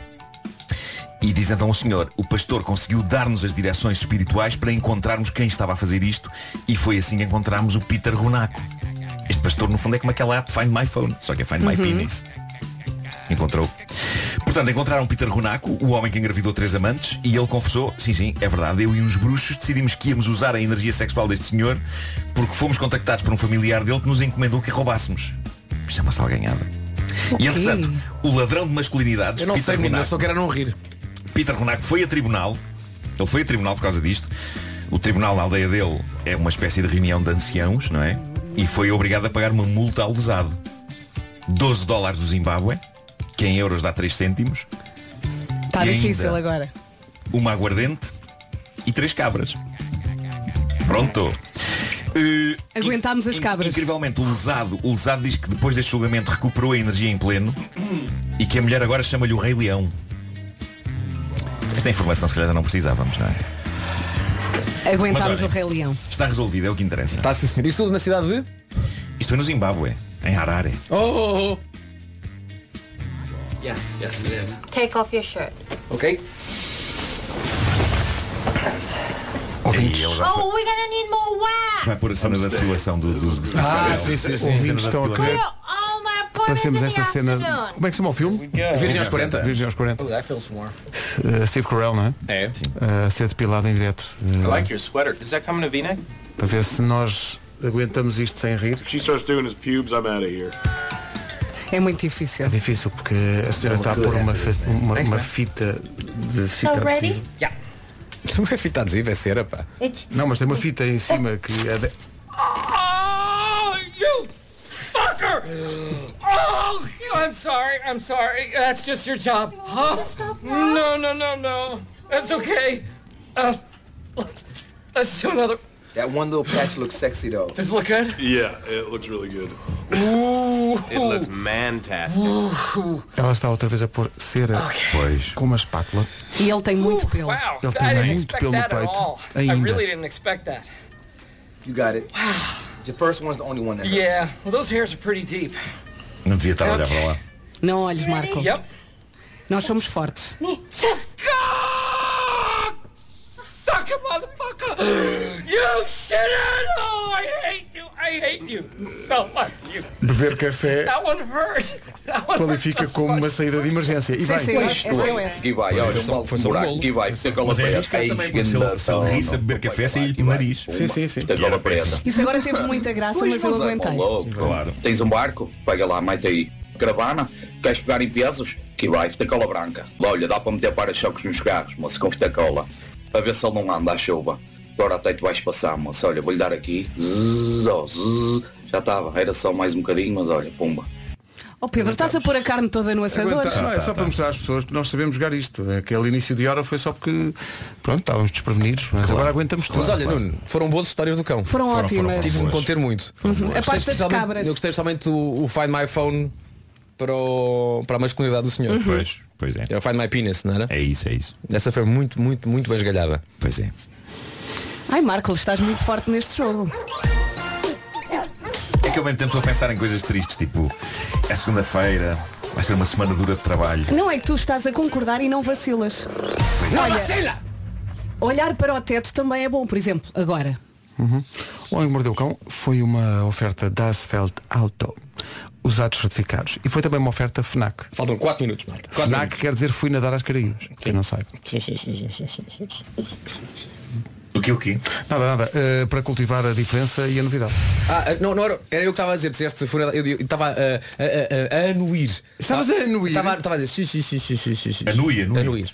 E diz então o senhor, o pastor conseguiu dar-nos as direções espirituais para encontrarmos quem estava a fazer isto e foi assim que encontramos o Peter Runaco. Este pastor no fundo é como aquela app Find My Phone, só que é Find My Penis. Encontrou. Portanto, encontraram Peter Ronaco, o homem que engravidou três amantes, e ele confessou, sim, sim, é verdade, eu e uns bruxos decidimos que íamos usar a energia sexual deste senhor porque fomos contactados por um familiar dele que nos encomendou que roubássemos. Isto é uma salganhada. E entretanto, o ladrão de masculinidades,
Eu não sei, menino, eu só quero não rir.
Peter Ronaco foi a tribunal, ele foi a tribunal por causa disto. O tribunal na aldeia dele é uma espécie de reunião de anciãos, não é? E foi obrigado a pagar uma multa ao lesado. 12 dólares do Zimbábue, que em euros dá 3 cêntimos,
Está
E
Tá difícil
ainda?
agora.
uma aguardente e três cabras. Pronto. Eh,
Aguentámos as cabras.
incrivelmente, o lesado, o lesado diz que depois deste julgamento recuperou a energia em pleno e que a mulher agora chama-lhe o Rei Leão. Esta informação se calhar já não precisávamos, não é?
Aguentámos
Mas
o
olhem,
Rei Leão.
Está resolvido, é o que interessa.
Está Tá, sim senhor. Isto tudo na cidade de?
Isto é no Zimbábue, em Harare.
Oh, oh, oh. Yes, yes, yes.
Take off your shirt.
Ok?
E ele já foi-
Oh, we're gonna need more wax.
vai pôr a cena da depilação do, do, do
Ah,
do-
sim, sim, sim.
a cena
Ouvintes
da
estão a
depilação.
querer.
Oh,
Passemos esta cena. Como é que se chama o filme?
Virgem aos 40.
Virgem aos 40.
Oh, I feel some more.
Eh, Steve Carell, não é?
É.
Eh, a ser depilado em direto. Eh,
your sweater. Is that coming to V-neck?
Para ver se nós aguentamos isto sem rir.
She starts doing his pubes, I'm out of here.
É muito difícil.
É difícil porque a senhora está a pôr É uma, fe- uma, uma fita de fita
So ready?
adesiva.
*laughs*
Não é fita adesiva, é cera, pá.
It's-
Não, mas tem uma fita em cima que é de...
Oh, you fucker! Oh, I'm sorry. I'm sorry. That's just your job.
Oh.
Huh? No, no, no, no. That's okay. Uh, let's, let's do another.
That É, one little patch looks sexy though.
Does it look good?
Yeah, it looks really good.
Ooh. It
looks
mantastic. Ooh.
Ela está outra vez a pôr cera pois. com uma espátula.
E ele tem muito pelo.
Wow.
Ele tem
I didn't
muito
expect
pelo no
that at
peito.
all. I
Ainda.
really didn't expect that.
You got it. The first one's the only one that hurts.
Yeah. Well, those hairs are pretty deep.
Não devia estar a olhar para lá.
Não olhes, Marco.
Yep.
Nós somos fortes.
Suck it, motherfucker! You shit animal! I hate you! I hate you so much! You.
Beber café
That one hurt! That one
qualifica
hurt.
como uma saída de emergência. E
Sim,
bem,
sim, é SOS.
Gui vai, olha,
Foi só- foi
um balde
só
de
um
buraco.
bolo.
Gui vai, fica cola
Mas é
preta.
arriscado também, porque se ele- se ele risse a beber
Então
café, sai-lhe pelo nariz.
Sim, sim, sim.
Fica cola preta.
Isso agora teve muita graça, mas eu
Pois é,
aguentei.
maluco. Claro. Tens um barco? Pega lá, mete aí. Caravana? Queres pegar em pesos? Que vai, fita cola branca. Olha, dá para meter para-choques nos carros, mas com fita cola. A ver se ele não anda à chuva. Agora até tu vais passar, mas olha, vou-lhe dar aqui. Zzz, ó, zzz. Já estava, era só mais um bocadinho, mas olha, pumba.
Oh Pedro, estás a pôr a carne toda no assador?
Aguenta- não, é só para mostrar às pessoas que nós sabemos jogar isto. Aquele início de hora foi só porque pronto, estávamos desprevenidos, mas agora aguentamos tudo.
Mas olha, Nuno, foram boas histórias do cão.
Foram Foram, ótimas. foram
Tive de me
boas.
conter muito.
Foram boas. A
Gostei
parte das
especialmente-
cabras.
Eu gostei especialmente do o Find My Phone para, o, para a masculinidade do senhor.
Uhum. Pois,
pois é. É o Find My Penis, não era? É isso, é isso. Essa foi muito, muito, muito bem esgalhada. Pois é.
Ai Marco, estás muito forte neste jogo.
É que ao mesmo tempo estou a pensar em coisas tristes, tipo, é segunda-feira, vai ser uma semana dura de trabalho.
Não é que tu estás a concordar e não vacilas.
Não
vacila! Olhar para o teto também é bom, por exemplo, agora.
Uhum. O Homem que Mordeu o Cão foi uma oferta da Asfeld Auto. Usados certificados. E foi também uma oferta FNAC.
Faltam 4 minutos, malta. Quatro
FNAC quer dizer fui nadar às Caraíbas. Quem não sabe.
O que o quê?
Nada, nada. Eh, para cultivar a diferença e a novidade.
Ah, ah, não, não era, era eu que estava a dizer, disseste funeral, eu eu estava a, a, a, a anuir.
Estavas a anuir?
Estava, estava a dizer, sim, sim, sim, sim, sim, sim, sim.
Anuir, anuir.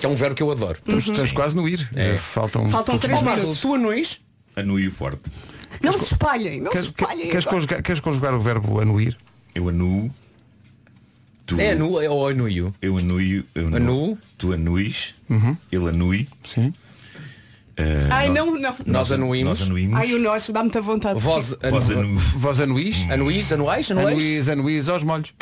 Que é um verbo que eu adoro.
Estamos, estamos quase no ir. Eh, Faltam,
Faltam três
Oh, Marco,
minutos.
Tu anuis?
Anuio forte.
Não se espalhem, não se
Queres,
espalhem.
queres
agora.
conjugar, queres conjugar o verbo anuir?
Eu anuo. Tu,
É anu é- ou anuio?
Eu anuio. Eu anuo.
Anuo.
Tu anuis.
Uhum.
Ele anui. Ah,
Sim.
Ai, não, não.
Nós anuímos.
Nós anuímos.
Ai, o nosso dá muita vontade.
Vós
Vós
anu-
anu...
Vós anuís?
Anuís, anuais, anuais?
Anuís, anuís aos molhos.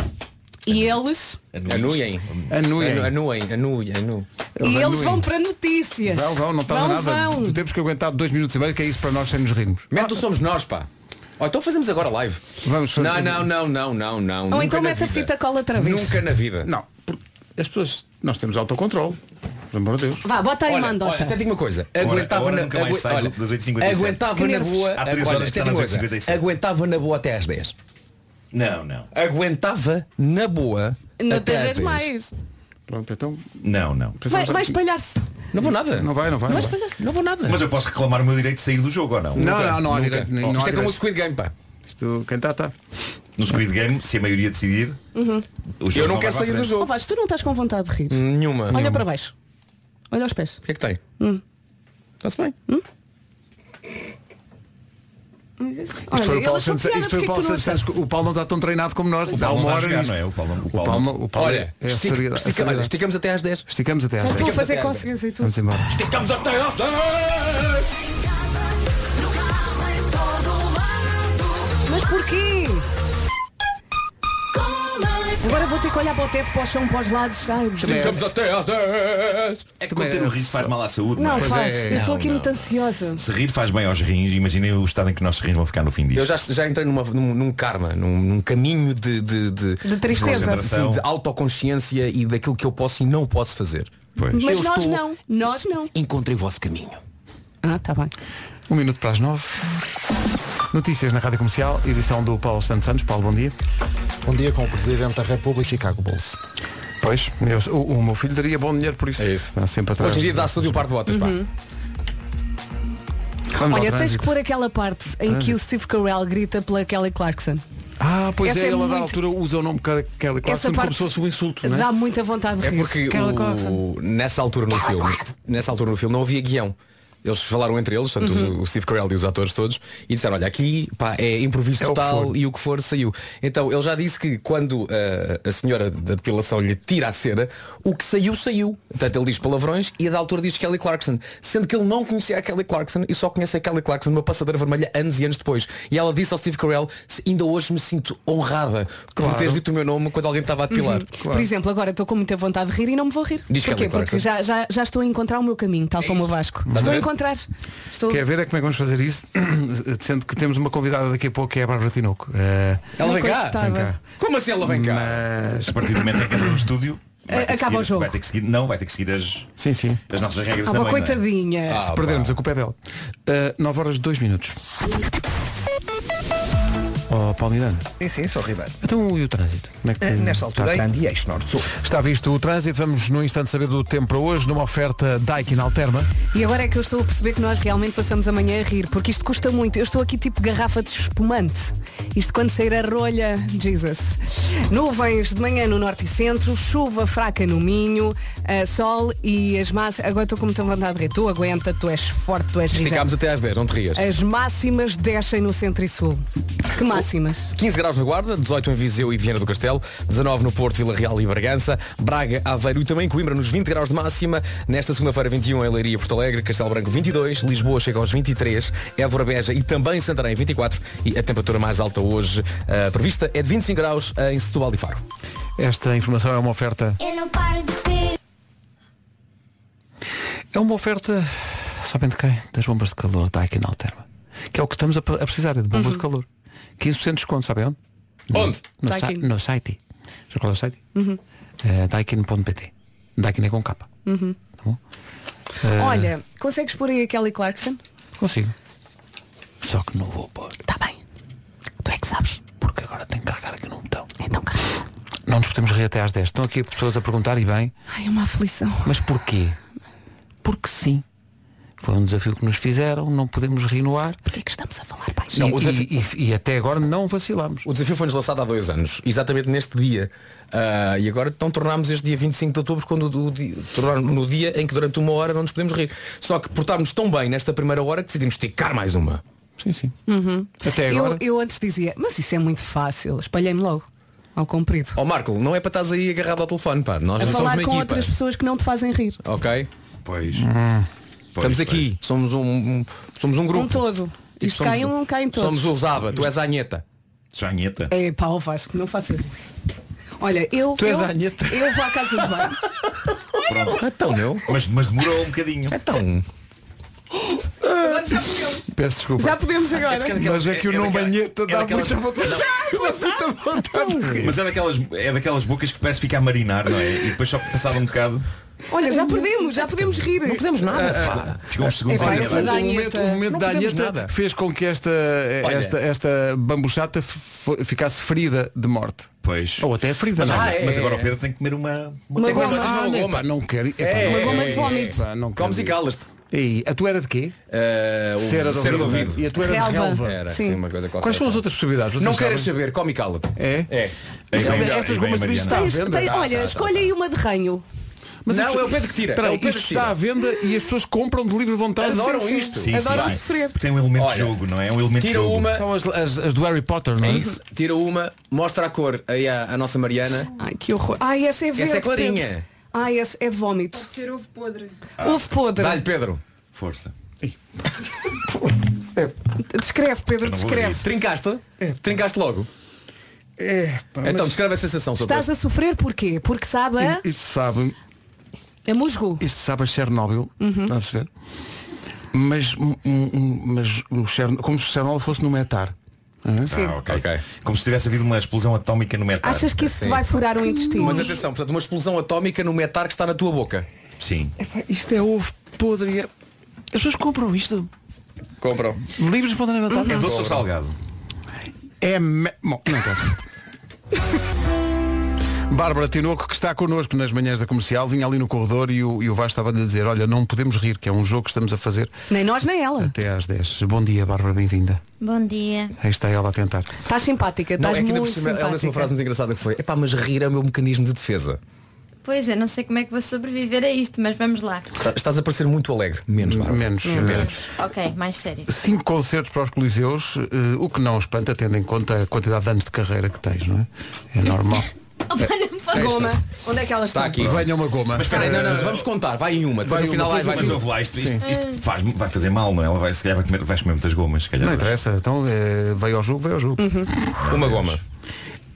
E eles,
Anuiem.
Anuiem.
Anu- Anuem, anuem, anu.
e eles vão para notícias.
Vão, vão, não estava
Vão,
nada.
vão.
Temos que aguentar dois minutos e meio, que é isso para nós sem nos rirmos.
Mete o somos nós, pá. Ou então fazemos agora live.
Vamos fazer-
Não, não, não, não, não, não.
Ou
Nunca
então
na
mete a
vida.
fita cola outra vez.
Nunca na vida.
Não, porque as pessoas, nós temos autocontrole. Pelo amor de Deus.
Vá, bota aí,
Olha,
mandota.
olha, até digo uma coisa.
A hora- a
Aguentava
hora
na
nunca mais
agua-
sai
olha,
do- das 8h57.
Aguentava
Que
na
nervos.
boa.
Há três
olha,
horas que
tá
até
está
digo
nas
uma coisa.
8h57.
Aguentava na boa até às 10.
Não, não.
Aguentava na boa.
Não
até às
tens
10.
mais.
Pronto, então. assim.
Não, não.
Vai, vai espalhar-se.
Não vou nada.
Não vai, não vai. não vai.
Vai espalhar-se. Não vou nada.
Mas eu posso reclamar o meu direito de sair do jogo ou não?
Não, não, não há direito.
Oh,
nem-
é
não há direito.
Squid Game, pá.
Isto, tá. quem está, está.
No Squid Game, se a maioria decidir,
Uhum.
o jogo vai para a frente.
Oh, Vasco, tu não estás com vontade de rir.
Nenhuma.
Olha para baixo. Olha os pés.
O que é que tem?
Hum.
Está-se bem.
Isto foi o
ele
Paulo
achou
Santos, isto foi
piada,
o
porque é que
Paulo
tu não
Santos Santos, O Paulo não está tão treinado como nós. Dá
Paulo
uma
não
hora
está a
nisto.
jogar, não é? O Paulo não-
O
o
Paulo
Paulo-
não- o Paulo
Olha,
é a
estica-
seriedade- a
estica-
seriedade.
olha, esticamos até às 10.
Esticamos até às
Já estou a
10.
fazer cócegas e tudo.
Vamos embora.
Esticamos até às 10.
Mas porquê? Agora vou ter que olhar para o teto, para o chão, para os lados. Ai,
é-
é.
Esticamos
Deus.
até às 10. É que conter o riso faz mal à saúde.
Não,
é?
faz. Eu estou aqui
Não,
muito ansiosa.
Se rir faz bem aos rins, imaginem o estado em que os nossos rins vão ficar no fim disso.
Eu já, já entrei numa, num, num karma, num, num caminho de, de, de,
De tristeza.
Sim, de autoconsciência e daquilo que eu posso e não posso fazer.
Mas
Uhum.
eu
nós
estou,
não. Nós não.
encontrei o vosso caminho.
Ah, tá bem.
Um minuto para as nove. Notícias na Rádio Comercial, edição do Paulo Santos Santos. Paulo, bom dia.
Bom dia com o Presidente da República, Chicago Bolso.
Pois, eu- o, o meu filho daria bom dinheiro por isso. É isso. Está sempre atrás.
Hoje em dia dá-se tudo e o par de botas, pá.
Uhum.
Vamos
Olha,
ao
tens
trânsito.
que pôr aquela parte em que o Steve Carell grita pela Kelly Clarkson.
Ah, pois
Essa
é,
é
ela da
muito-
altura usa o nome Kelly Clarkson
Essa
como
parte
se fosse um insulto, não é?
Dá muita vontade de
É
rir.
porque
Kelly
o-
Clarkson.
nessa altura no filme, nessa altura no filme não havia guião. Eles falaram entre eles, portanto,
Uhum.
o Steve Carell e os atores todos, e disseram, olha, aqui pá, é improviso
É o que
total
for.
e o que for saiu. Então ele já disse que quando ah, a senhora da depilação lhe tira a cera, o que saiu, saiu. Portanto, ele diz palavrões e a da altura diz Kelly Clarkson, sendo que ele não conhecia a Kelly Clarkson e só conhece a Kelly Clarkson numa passadeira vermelha anos e anos depois. E ela disse ao Steve Carell, "Se ainda hoje me sinto honrada
Claro.
por teres dito o meu nome quando alguém me estava a depilar.
Uhum. Por exemplo, agora estou com muita vontade de rir e não me vou rir.
Diz
Porquê?
Kelly Clarkson.
Porque já, já, já estou a encontrar o meu caminho, tal como o Vasco.
É Estás a
Estou a
ver?
encontrar. Estou...
Quer ver é como é que vamos fazer isso? *clears throat* Sendo que temos uma convidada daqui a pouco que é a Bárbara Tinoco. Eh,
Ela
Ai,
vem cá?
coitada.
Vem cá.
Como assim ela vem cá?
Mas...
A partir do momento em que entra no estúdio, vai
Eh,
ter que
acaba
seguir-
o jogo.
Vai ter que seguir, não, vai ter que seguir as,
sim, sim.
as nossas regras
Ah,
também.
uma
não é?
coitadinha.
Se perdermos, a culpa é dela. Eh, nove 9 horas 2 minutos. Oh, Paulo Miranda.
Sim, sim, sou Ribeiro.
Então e o trânsito? Como é que-
Eh, Nesta altura,
Está,
Grande Eixo Norte-Sul.
está visto o trânsito, vamos no instante saber do tempo para hoje, numa oferta Daikin Alterma.
E agora é que eu estou a perceber que nós realmente passamos amanhã a rir, porque isto custa muito. Eu estou aqui tipo garrafa de espumante. Isto quando sair a rolha, Jesus. Nuvens de manhã no norte e centro, chuva fraca no Minho, eh, sol e as massas. Agora estou com muita vontade de rir. Tu aguenta, tu és forte, tu és rija.
Esticámos até às 10, não te rias.
As máximas descem no centro e sul. Que máximas?
15 graus na Guarda, 18 em Viseu e Viana do Castelo, 19 no Porto, Vila Real e Bragança, Braga, Aveiro e também Coimbra nos 20 graus de máxima. Nesta segunda-feira, 21 em Leiria, Porto Alegre, Castelo Branco 22, Lisboa chega aos 23, Évora Beja e também Santarém 24 e a temperatura mais alta hoje eh, prevista é de 25 graus em Setúbal e Faro.
Esta informação é uma oferta.
Eu não paro de ver.
É uma oferta, sabem de quem? Das bombas de calor Daikin Alterma. Que é o que estamos a, a precisar, é de
Uhum.
bombas de calor. 15% de desconto, sabem onde?
Onde?
No,
Daikin.
si- no site. Já qual é o site?
Uhum.
Eh, Daikin.pt. Daikin é com capa.
Uhum.
Eh,
Olha, consegues pôr aí a Kelly Clarkson?
Consigo. Só que não vou pôr.
Está bem. Tu é que sabes.
Porque agora tenho que carregar aqui num botão. Então carrega. Não nos podemos rir até às 10. Estão aqui pessoas a perguntar e bem,
Ai, é uma aflição.
mas porquê? Porque sim. Foi um desafio que nos fizeram, não podemos rir no ar.
Porquê que estamos a falar baixo?
Não,
e,
o desafio-
e- e até agora não vacilámos.
O desafio foi-nos lançado há dois anos, exatamente neste dia. Ah, e agora então tornámos este dia 25 de outubro quando o, o, di- tornar- no dia em que durante uma hora não nos podemos rir. Só que portámos tão bem nesta primeira hora que decidimos esticar mais uma.
Sim, sim.
Uhum. Eu-
Até É agora?
Eu, antes dizia, mas isso é muito fácil. Espalhei-me logo. Ao comprido.
Ó Marco, não é para estás aí agarrado ao telefone, pá. Nós
a
não somos
falar
uma
com
equipa.
Então outras pessoas que não te fazem rir.
Ok?
Pois.
Estamos aqui, somos um, um- somos um grupo.
Um todo.
Tipo,
Isto
somos-
cai um, caem todos.
Somos o Zaba, tu és a Anheta.
Sou a Anheta.
É pá, o Vasco, não faças isso. Olha, eu,
Tu és
eu,
a Anheta.
eu vou à casa de banho. *laughs*
Pronto.
Então, meu.
Mas, mas demorou um bocadinho.
Então.
Agora já podemos.
Peço desculpa.
Já podemos agora.
Mas é que o não banheta dá muita vontade. Dá muita vontade de rir.
Mas é daquelas, é daquelas bocas que parece ficar a marinar, não é? E depois só passado um bocado.
Olha, já podemos, já podemos rir. Não podemos
Ah, ah, Ficou uns segundos
Epá,
a
eu sou
arredar.
da
O momento,
Anheta.
o momento
Não
da
fizemos
Anheta
nada.
fez com que esta,
Olha.
esta, esta bambuchata f- f- ficasse ferida de morte.
Pois.
Ou até frida.
Mas,
Ah, é?
olha, mas agora o Pedro tem que comer uma.
Uma
tem que comer
goma.
uma-
Ah,
uma
epá, não quero. epá,
É,
não
uma goma de
quero.
vómito.
Epá, não
Comes
quero
e
calas-te.
E a tua era de quê?
Cera
Cera de ouvido. E a tua era de
Relva.
relva.
Era, sim, uma coisa qualquer.
Quais são as outras possibilidades?
Não
Vocês
queres
sabem?
saber, come e cala-te.
É?
É.
Mas olha, estas gomas de bicho está à
Tens-
venda.
tem-
Ah,
olha,
tá, tá,
escolha aí uma de ranho.
Mas
Não,
isto-
é o Pedro que tira.
Espera
É
aí,
o Pedro
isto
que tira.
está à venda e as pessoas compram de livre vontade.
Adoram
Sim, sim,
isto.
sim.
Sim, sim, sim. Porque tem um elemento de
Olha,
jogo, não é? É um elemento de
tira
jogo.
uma-
São as, as- as do Harry Potter, não
É
é?
isso. Tira uma, mostra a cor aí à, à nossa Mariana.
Ai, que horror. Ai, essa é verde.
Essa é clarinha.
Pedro. Ai, essa é de vómito. Pode
ser ovo podre.
Ovo podre.
Dá-lhe, Pedro.
Força.
Descreve, Pedro, descreve.
Trincaste? Trincaste logo.
É,
então, descreve a sensação, Sr.
Estás
Pedro.
a sofrer porquê? Porque sabe a,
Isto sabe,
a musgo.
isto sabe a Chernobyl,
Uhum.
está a perceber? Mas, um, um, mas o Chern, como se o Chernobyl fosse no metar.
Sim. Ah,
ok. Como se tivesse havido uma explosão atómica no metal.
Achas que isso te vai furar o intestino?
Mas atenção, portanto, uma explosão atómica no metar que está na tua boca.
Sim.
Isto é ovo podre. é- As pessoas compram isto.
Compram.
Livros de vontade de Natal.
É doce ou salgado?
É me... Bom, não quero. Bárbara Tinoco, que está connosco nas manhãs da comercial, vinha ali no corredor e o, e o Vasco estava-lhe a dizer, olha, não podemos rir, que é um jogo que estamos a fazer
Nem nós nem ela.
até às 10. Bom dia, Bárbara, bem-vinda.
Bom dia.
Aí está ela a tentar.
Estás simpática,
Não,
estás
é que ainda por
muito
cima, ela disse uma
simpática.
frase muito engraçada que foi, epá, mas rir é o meu mecanismo de defesa.
Pois é, não sei como é que vou sobreviver a isto, mas vamos lá.
Está- Estás a parecer muito alegre. Menos, Bárbara.
Menos. menos.
Ok, mais sério.
Cinco concertos para os coliseus, eh, o que não espanta, tendo em conta a quantidade de anos de carreira que tens, não é? É normal.
*laughs*
Opa, não posso.
Goma. Onde é que ela está?
Está aqui.
Venha uma goma.
Mas espera aí, não,
Eh,
não, vamos contar, vai em uma, depois
Vai
no final
uma,
vai,
depois
vai
Mas
em
ouve lá, isto, isto,
Sim.
isto faz, vai fazer mal, não é? Ela vai, se calhar vai comer, vais comer muitas gomas, se calhar.
Não interessa, então eh, veio ao jogo, veio ao jogo.
Uhum. Uma goma.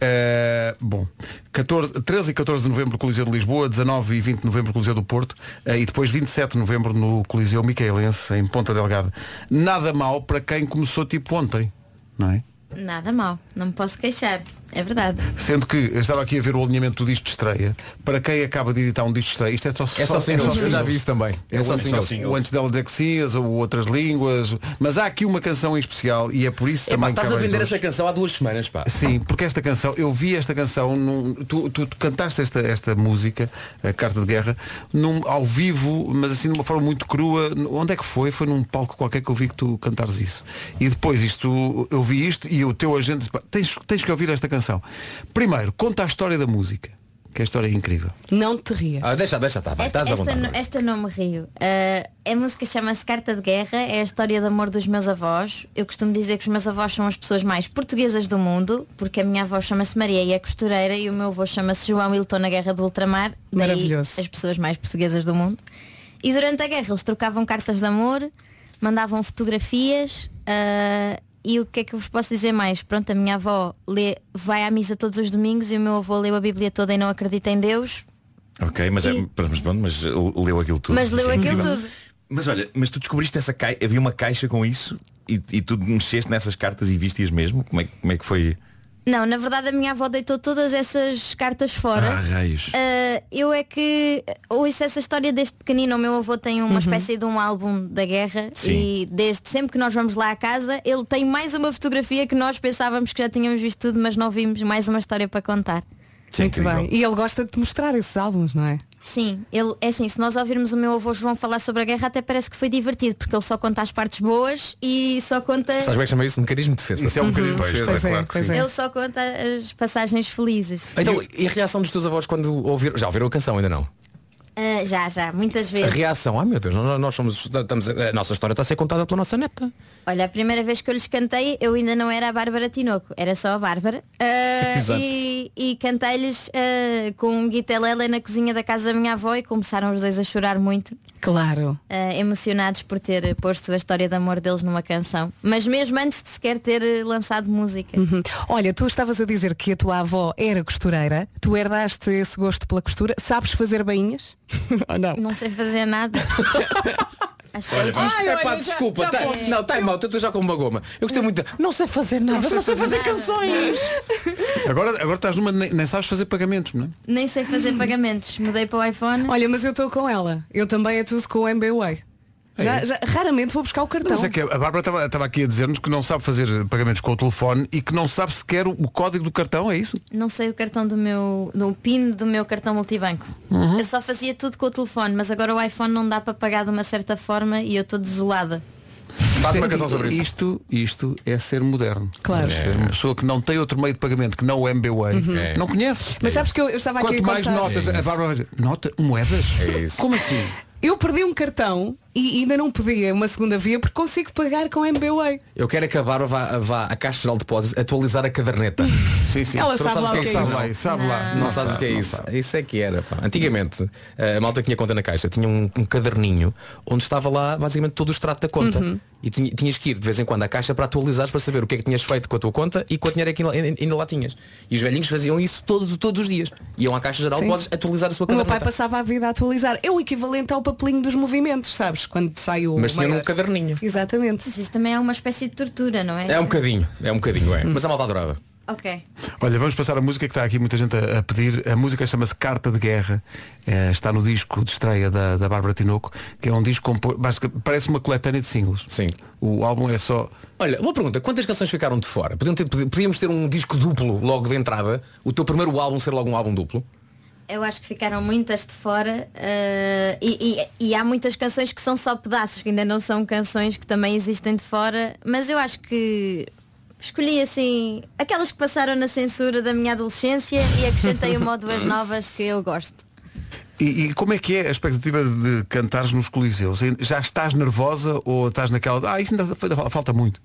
Eh, bom, 14, 13 e 14 de novembro Coliseu de Lisboa, 19 e 20 de novembro Coliseu do Porto eh, e depois 27 de novembro no Coliseu Micaelense, em Ponta Delgada. Nada mal para quem começou tipo ontem, não é?
Nada mal, não me posso queixar. É verdade.
Sendo que eu estava aqui a ver o alinhamento do disco de estreia, para quem acaba de editar um disco de estreia, isto é só
É só singles, eu já vi isso também.
É,
É
o
só
antes-
singles.
o antes dela dizer que sim, as- ou outras línguas, mas há aqui uma canção em especial e é por isso
Epá,
também
estás
que
a
vais
vender
hoje.
essa canção há duas semanas, pá.
Sim, porque esta canção, eu vi esta canção, num- tu, tu- tu cantaste esta, esta música, a Carta de Guerra, num, ao vivo, mas assim de uma forma muito crua. Onde é que foi? Foi num palco qualquer que eu vi que tu cantares isso. E depois isto, eu vi isto e o teu agente disse, "Pá, tens, tens que ouvir esta canção. Primeiro, conta a história da música, que a história é incrível.
Não te rias.
Ah, deixa, deixa, tá, vai,
Esta,
estás à
esta é
vontade.
não, esta não me rio. Uh, a música chama-se Carta de Guerra, é a história de amor dos meus avós. Eu costumo dizer que os meus avós são as pessoas mais portuguesas do mundo, porque a minha avó chama-se Maria e é costureira e o meu avô chama-se João e lutou na Guerra do Ultramar. Daí
Maravilhoso.
As pessoas mais portuguesas do mundo. E durante a guerra eles trocavam cartas de amor, mandavam fotografias. uh, e o que é que eu vos posso dizer mais? Pronto, a minha avó lê, vai à missa todos os domingos e o meu avô leu a Bíblia toda e não acredita em Deus.
Ok, mas, é, mas, pronto, mas leu aquilo tudo.
Mas leu
Isso é
aquilo
incrível.
tudo.
Mas olha, mas tu descobriste essa caixa, havia uma caixa com isso e, e tu mexeste nessas cartas e viste-as mesmo? Como é, que- como é que foi?
Não, na verdade a minha avó deitou todas essas cartas fora.
Ah, raios.
Ah, eu é que ouço essa história desde pequenino. O meu avô tem
Uhum.
uma espécie de um álbum da guerra
Sim.
e desde sempre que nós vamos lá à casa, ele tem mais uma fotografia que nós pensávamos que já tínhamos visto tudo, mas não vimos mais uma história para contar.
Muito bem. E ele gosta de te mostrar esses álbuns, não é?
Sim, ele, é assim, se nós ouvirmos o meu avô João falar sobre a guerra, até parece que foi divertido, porque ele só conta as partes boas e só conta.
Sabes como é que chama isso? Mecanismo de defesa.
Isso é um mecanismo de Uhum.
defesa,
Pois é, claro que pois sim.
Ele só conta as passagens felizes.
Então, e a reação dos teus avós quando ouviram? Já ouviram a canção, ainda não?
Ah, já, já, muitas
A
vezes.
reação, ai meu Deus, nós, nós somos, estamos, a nossa história está a ser contada pela nossa neta.
Olha, a primeira vez que eu lhes cantei, eu ainda não era a Bárbara Tinoco, era só a Bárbara. Ah,
*laughs* Exato.
e e cantei-lhes ah, com um guitelele na cozinha da casa da minha avó e começaram os dois a chorar muito,
Claro.
ah, emocionados por ter posto a história de amor deles numa canção. Mas mesmo antes de sequer ter eh, lançado música.
Uhum. Olha, tu estavas a dizer que a tua avó era costureira, tu herdaste esse gosto pela costura, sabes fazer
*laughs*
bainhas? Ou não?
Não sei fazer nada. Acho que
Ah, Olha, vamos...
Ai,
é
olha,
pá,
já-
desculpa.
já
tá-
foste.
não, está mal, estou já com uma goma. Eu gostei muito. da- Não sei fazer nada, só sei fazer
nada.
canções.
Agora, agora estás numa, nem, nem sabes fazer pagamentos, não é?
Nem sei fazer pagamentos. Mudei para o iPhone.
Olha, mas eu estou com ela. Eu também é tudo com o MBWay. Já- já- raramente vou buscar o cartão.
Mas é que a Bárbara estava- estava aqui a dizer-nos que não sabe fazer pagamentos com o telefone e que não sabe sequer o, o código do cartão, é isso?
Não sei o cartão do meu. do PIN do meu cartão multibanco.
Uhum.
Eu só fazia tudo com o telefone, mas agora o iPhone não dá para pagar de uma certa forma e eu estou desolada.
Faz uma canção sobre isso.
Isto, isto é ser moderno. É
Claro.
Ser uma pessoa que não tem outro meio de pagamento que não o MBWay,
Uhum. É.
não conhece.
Mas sabes que eu, eu estava aqui
Quanto
a
mais
contar-
notas,
É
a Bárbara vai dizer, nota, moedas? É isso. Como assim?
Eu perdi um cartão e ainda não podia uma segunda via porque consigo pagar com MBWay.
Eu quero é que a Bárbara vá, vá à Caixa Geral de Depósitos atualizar a caderneta.
Sim, sim.
Ela sabe lá o que é isso.
Sabe,
Sabe lá.
Não,
Não
sabes o que é
sabe, não
isso. Isso é que era. pá. Antigamente, eh, a malta que tinha conta na Caixa tinha um, um caderninho onde estava lá basicamente todo o extrato da conta.
Uhum.
E tinha- tinhas que ir de vez em quando à Caixa para atualizares para saber o que é que tinhas feito com a tua conta e quanto dinheiro é que ainda, ainda lá tinhas. E os velhinhos faziam isso todo, todos os dias. Iam à Caixa Geral
Sim.
de Depósitos atualizar a sua
O meu pai
caderneta.
passava a vida a atualizar. É o equivalente ao papelinho dos movimentos, sabes? Quando sai o.
Mas tinha
maior.
num caderninho.
Exatamente.
Mas isso também é uma espécie de tortura, não é?
É um bocadinho, é um bocadinho,
Hum.
é. Mas a malta adorava.
Ok.
Olha, vamos passar a música que está aqui muita gente a, a pedir. A música chama-se Carta de Guerra. Eh, está no disco de estreia da, da Bárbara Tinoco, que é um disco compo... basic- parece uma coletânea de singles.
Sim.
O álbum é só.
Olha, uma pergunta, quantas canções ficaram de fora? Podiam ter- podíamos ter um disco duplo logo de entrada, o teu primeiro álbum ser logo um álbum duplo?
Eu acho que ficaram muitas de fora eh, e, e- e há muitas canções que são só pedaços, que ainda não são canções que também existem de fora, mas eu acho que escolhi assim aquelas que passaram na censura da minha adolescência e acrescentei uma ou duas novas que eu gosto.
E, e como é que é a expectativa de cantares nos coliseus? Já estás nervosa ou estás naquela. de, Ah, isso ainda foi- falta muito.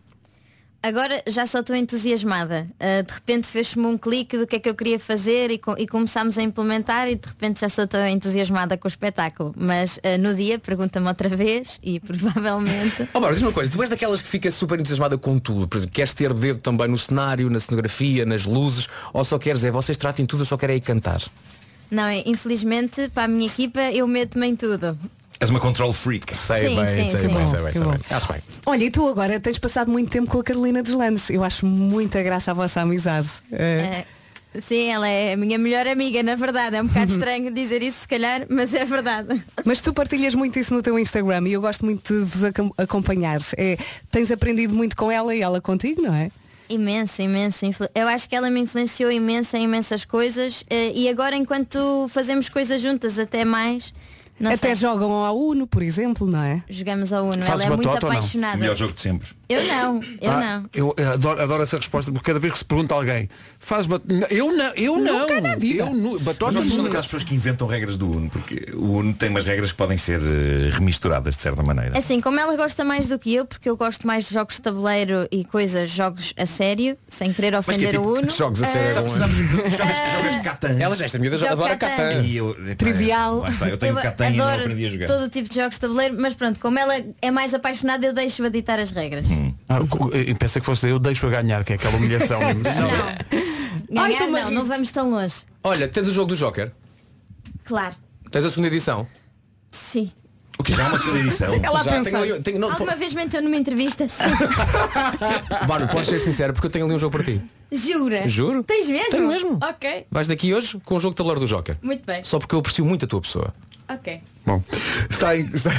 Agora já só estou entusiasmada. Eh, de repente fez-me um clique do que é que eu queria fazer e, co- e começámos a implementar e de repente já só estou entusiasmada com o espetáculo. Mas eh, no dia pergunta-me outra vez e *laughs* provavelmente.
Ó Oh, Bárbara, diz uma coisa, tu és daquelas que fica super entusiasmada com tudo, por exemplo, queres ter dedo também no cenário, na cenografia, nas luzes, ou só queres é vocês tratem tudo, eu só quero é ir cantar.
Não, é- infelizmente para a minha equipa eu meto-me em tudo.
És uma control freak.
Sei
Sim, bem, sim, sei sim. bem, sei
bem, sei bem. Acho bem.
Olha, e tu agora tens passado muito tempo com a Carolina dos Landes. Eu acho muita graça a vossa amizade. É.
Eh, sim, ela é a minha melhor amiga, na verdade. É um
*laughs*
bocado estranho dizer isso se calhar, mas é verdade.
Mas tu partilhas muito isso no teu Instagram e eu gosto muito de vos acom- acompanhar. É, tens aprendido muito com ela e ela contigo, não é?
Imenso, imenso. influ- Eu acho que ela me influenciou imenso em imensas coisas eh, e agora enquanto fazemos coisas juntas até mais. não
Até
sei,
jogam ao Uno, por exemplo, não é?
jogamos ao Uno.
Fazes
ela é muito
tota
batota ou não?
apaixonada.
jogo de sempre.
Eu não, eu
Ah,
não.
Eu eh, adoro, adoro essa resposta, porque cada vez que se pergunta a alguém, faz uma. Eu não, eu não.
Nunca na vida.
Eu nu...
Mas
batota
vocês são
nunca.
daquelas pessoas que inventam regras do Uno, porque o Uno tem umas regras que podem ser eh, remisturadas de certa maneira.
Assim, como ela gosta mais do que eu, porque eu gosto mais de jogos de tabuleiro e coisas, jogos a sério, sem querer ofender
tipo
o Uno.
assim
é
eh,
Catan.
é Elas, esta miúda
Jogo
adora
Catan.
é Catan.
E eu- epá, é,
Trivial.
lá está, eu tenho Catan e não
adoro
aprendi a jogar.
Todo o tipo de jogos de tabuleiro, mas pronto, como ela é mais apaixonada, eu deixo-a ditar as regras.
Ah, co- eh, pensei que fosse eu deixo a ganhar, que é aquela
*laughs*
humilhação. Não.
Ganhar, não, não vamos tão longe.
Olha, tens o jogo do Joker?
Claro,
Tens a segunda edição?
sim.
O que já é uma segunda edição?
já, tenho ali- um, tenho- não,
Alguma vez mentiu numa entrevista? Sim.
Bárbara, podes ser sincero, porque eu tenho ali um jogo para ti.
Jura?
Juro.
Tens mesmo?
Tenho mesmo.
Ok,
Vais daqui hoje com o jogo de tabuleiro do Joker.
muito bem.
Só porque eu aprecio muito a tua pessoa.
Ok.
Bom, está em. *laughs* Está...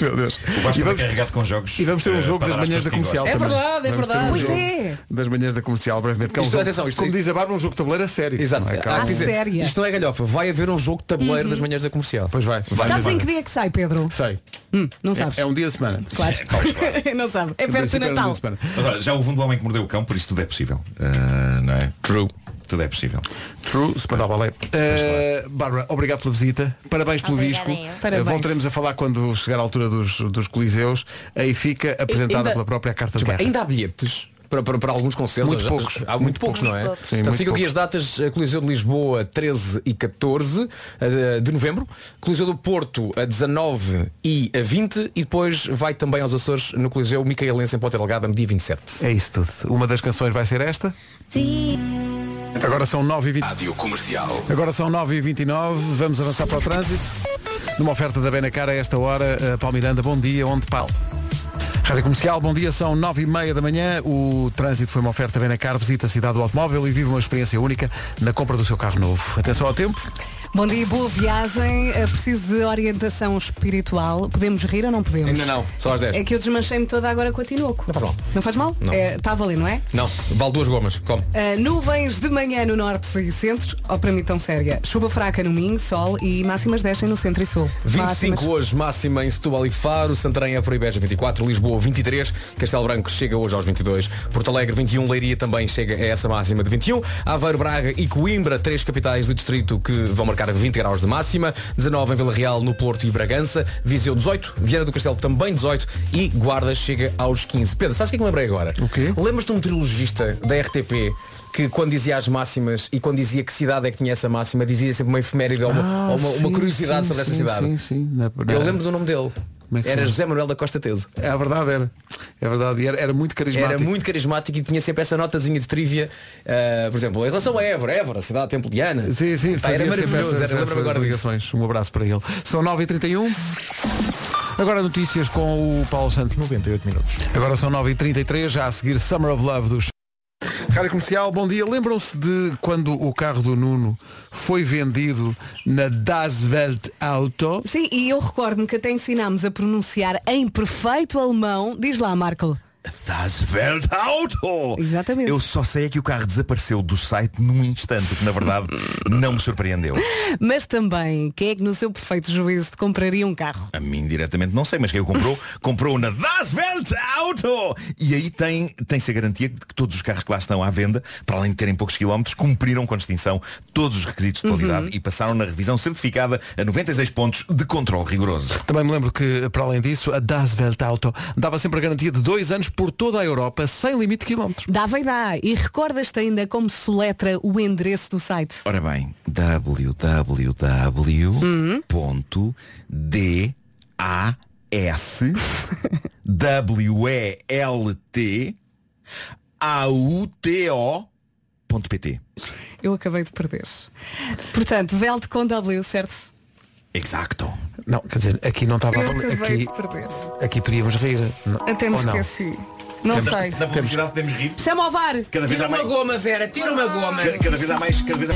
Meu Deus.
O Vasco está carregado com jogos.
E vamos ter um
eh,
jogo
para
das
dar às
manhãs da
pessoas que
comercial.
gostam.
também. Vamos ter um
Pois
jogo
é.
Das manhãs da comercial, brevemente. que é um
Isto,
jogo-
atenção, isto
como
é-
diz a Bárbara, um jogo de tabuleiro a sério.
Exato. Ah.
Não é?
Há
Calma.
que dizer,
séria.
Isto não é galhofa, vai haver um jogo de tabuleiro
Uhum.
das manhãs da comercial.
Pois vai. vai
sabes em
vai.
que dia é que sai, Pedro?
Sei.
Hum, não sabes.
É, é um dia da semana.
*laughs*
um
Claro. *laughs* não sabe. É perto do Natal.
Mas olha, já houve um do homem que mordeu o cão, por isso tudo é possível. Ah, não é?
True.
Tudo é possível.
True, semana ao balé. Eh, Bárbara, obrigado pela visita. Parabéns pelo
Obrigada,
disco.
eu.
Eh,
Parabéns.
Voltaremos a falar quando chegar à altura dos, dos Coliseus. Aí fica apresentada
Ainda-
pela própria carta de
Desculpa,
guerra.
Ainda há bilhetes para, para, para alguns concertos.
Muito
Já-
poucos.
Há muito, poucos, não é?
poucos. Sim,
então
muito
ficam aqui as datas, eh, Coliseu de Lisboa 13 e 14 eh, de novembro, Coliseu do Porto a 19 e a 20 e depois vai também aos Açores no Coliseu Micaelense em Ponta Delgada no dia 27.
É isso tudo. Uma das canções vai ser esta. Agora são 9h20.
Rádio Comercial.
Agora são 9h29, vamos avançar para o trânsito. Numa oferta da Benacar a esta hora, uh, Paulo Miranda, bom dia, onde Paulo? Rádio Comercial, bom dia, são 9h30 da manhã. O trânsito foi uma oferta Benacar, visita a cidade do automóvel e vive uma experiência única na compra do seu carro novo. Atenção ao tempo.
Bom dia, boa viagem. Eh, Preciso de orientação espiritual. Podemos rir ou não podemos?
Ainda não, só às 10.
É que eu desmanchei-me toda agora com a Tinoco. Não
faz mal.
Não faz mal?
Não.
Está a valer, não é?
Não, vale duas gomas. Come.
Ah, nuvens de manhã no norte e centro, ou para mim tão séria. Chuva fraca no Minho, sol e máximas descem no centro e sul.
25
Máximas.
hoje, máxima em Setúbal e Faro, Santarém, Évora e Beja 24, Lisboa 23, Castelo Branco chega hoje aos 22, Porto Alegre 21, Leiria também chega a essa máxima de 21, Aveiro, Braga e Coimbra, três capitais de distrito que vão marcar 20 graus de máxima, 19 em Vila Real, no Porto e Bragança, Viseu 18, Viana do Castelo também 18 e Guarda chega aos 15. Pedro, sabes o que é que me lembrei agora? O quê? Lembras-te de um meteorologista da RTP que quando dizia as máximas e quando dizia que cidade é que tinha essa máxima, dizia sempre uma efeméride ou uma, ou uma- uma curiosidade sobre essa cidade.
Ah, Sim, sim.
Eu lembro do nome dele.
Como é que
era
chama?
José Manuel da Costa Teso.
É verdade, era. É verdade. E Era, era muito carismático.
Era muito carismático e tinha sempre essa notazinha de trivia. ah, por exemplo, em relação a Évora, Évora, cidade templiana.
Sim, sim,
Pá, era
fazia sempre
maravilhoso.
essas-
era, lembro-me
essas
agora disso.
ligações. Um abraço para ele. São 9h31. Agora notícias com o Paulo Santos.
98 minutos.
Agora são 9h33, já a seguir Summer of Love dos... Rádio Comercial, bom dia. Lembram-se de quando o carro do Nuno foi vendido na Das Welt Auto?
Sim, e eu recordo-me que até ensinámos a pronunciar em perfeito alemão. Diz lá, Marco.
Das Welt Auto!
Exatamente.
Eu só sei é que o carro desapareceu do site num instante, o que na verdade não me surpreendeu.
Mas também, quem é que no seu perfeito juízo te compraria um carro?
A mim diretamente não sei, mas quem o comprou, comprou na Das Welt Auto! E aí tem- tem-se a garantia de que todos os carros que lá estão à venda, para além de terem poucos quilómetros, cumpriram com distinção todos os requisitos de qualidade e passaram na revisão certificada a 96 pontos de controle rigoroso.
Também me lembro que, para além disso, a Das Welt Auto dava sempre a garantia de dois anos por toda a Europa, sem limite de quilómetros.
Dava e dá. E recordas-te ainda como se letra o endereço do site?
Ora bem, www.dasweltauto.pt
Eu acabei de perder. Portanto, Velt com W, certo?
Exacto.
Não, quer dizer, aqui não estava a
Eu
valer.
acabei
Aqui,
de perder.
aqui podíamos rir. Não-
Até me
ou não?
esqueci. Não
Temos-
sei.
Na publicidade podemos rir.
Chama ao VAR.
Cada vez há mais.
goma, Vera, tira uma goma.
Ca- Cada vez há mais. Cada vez há...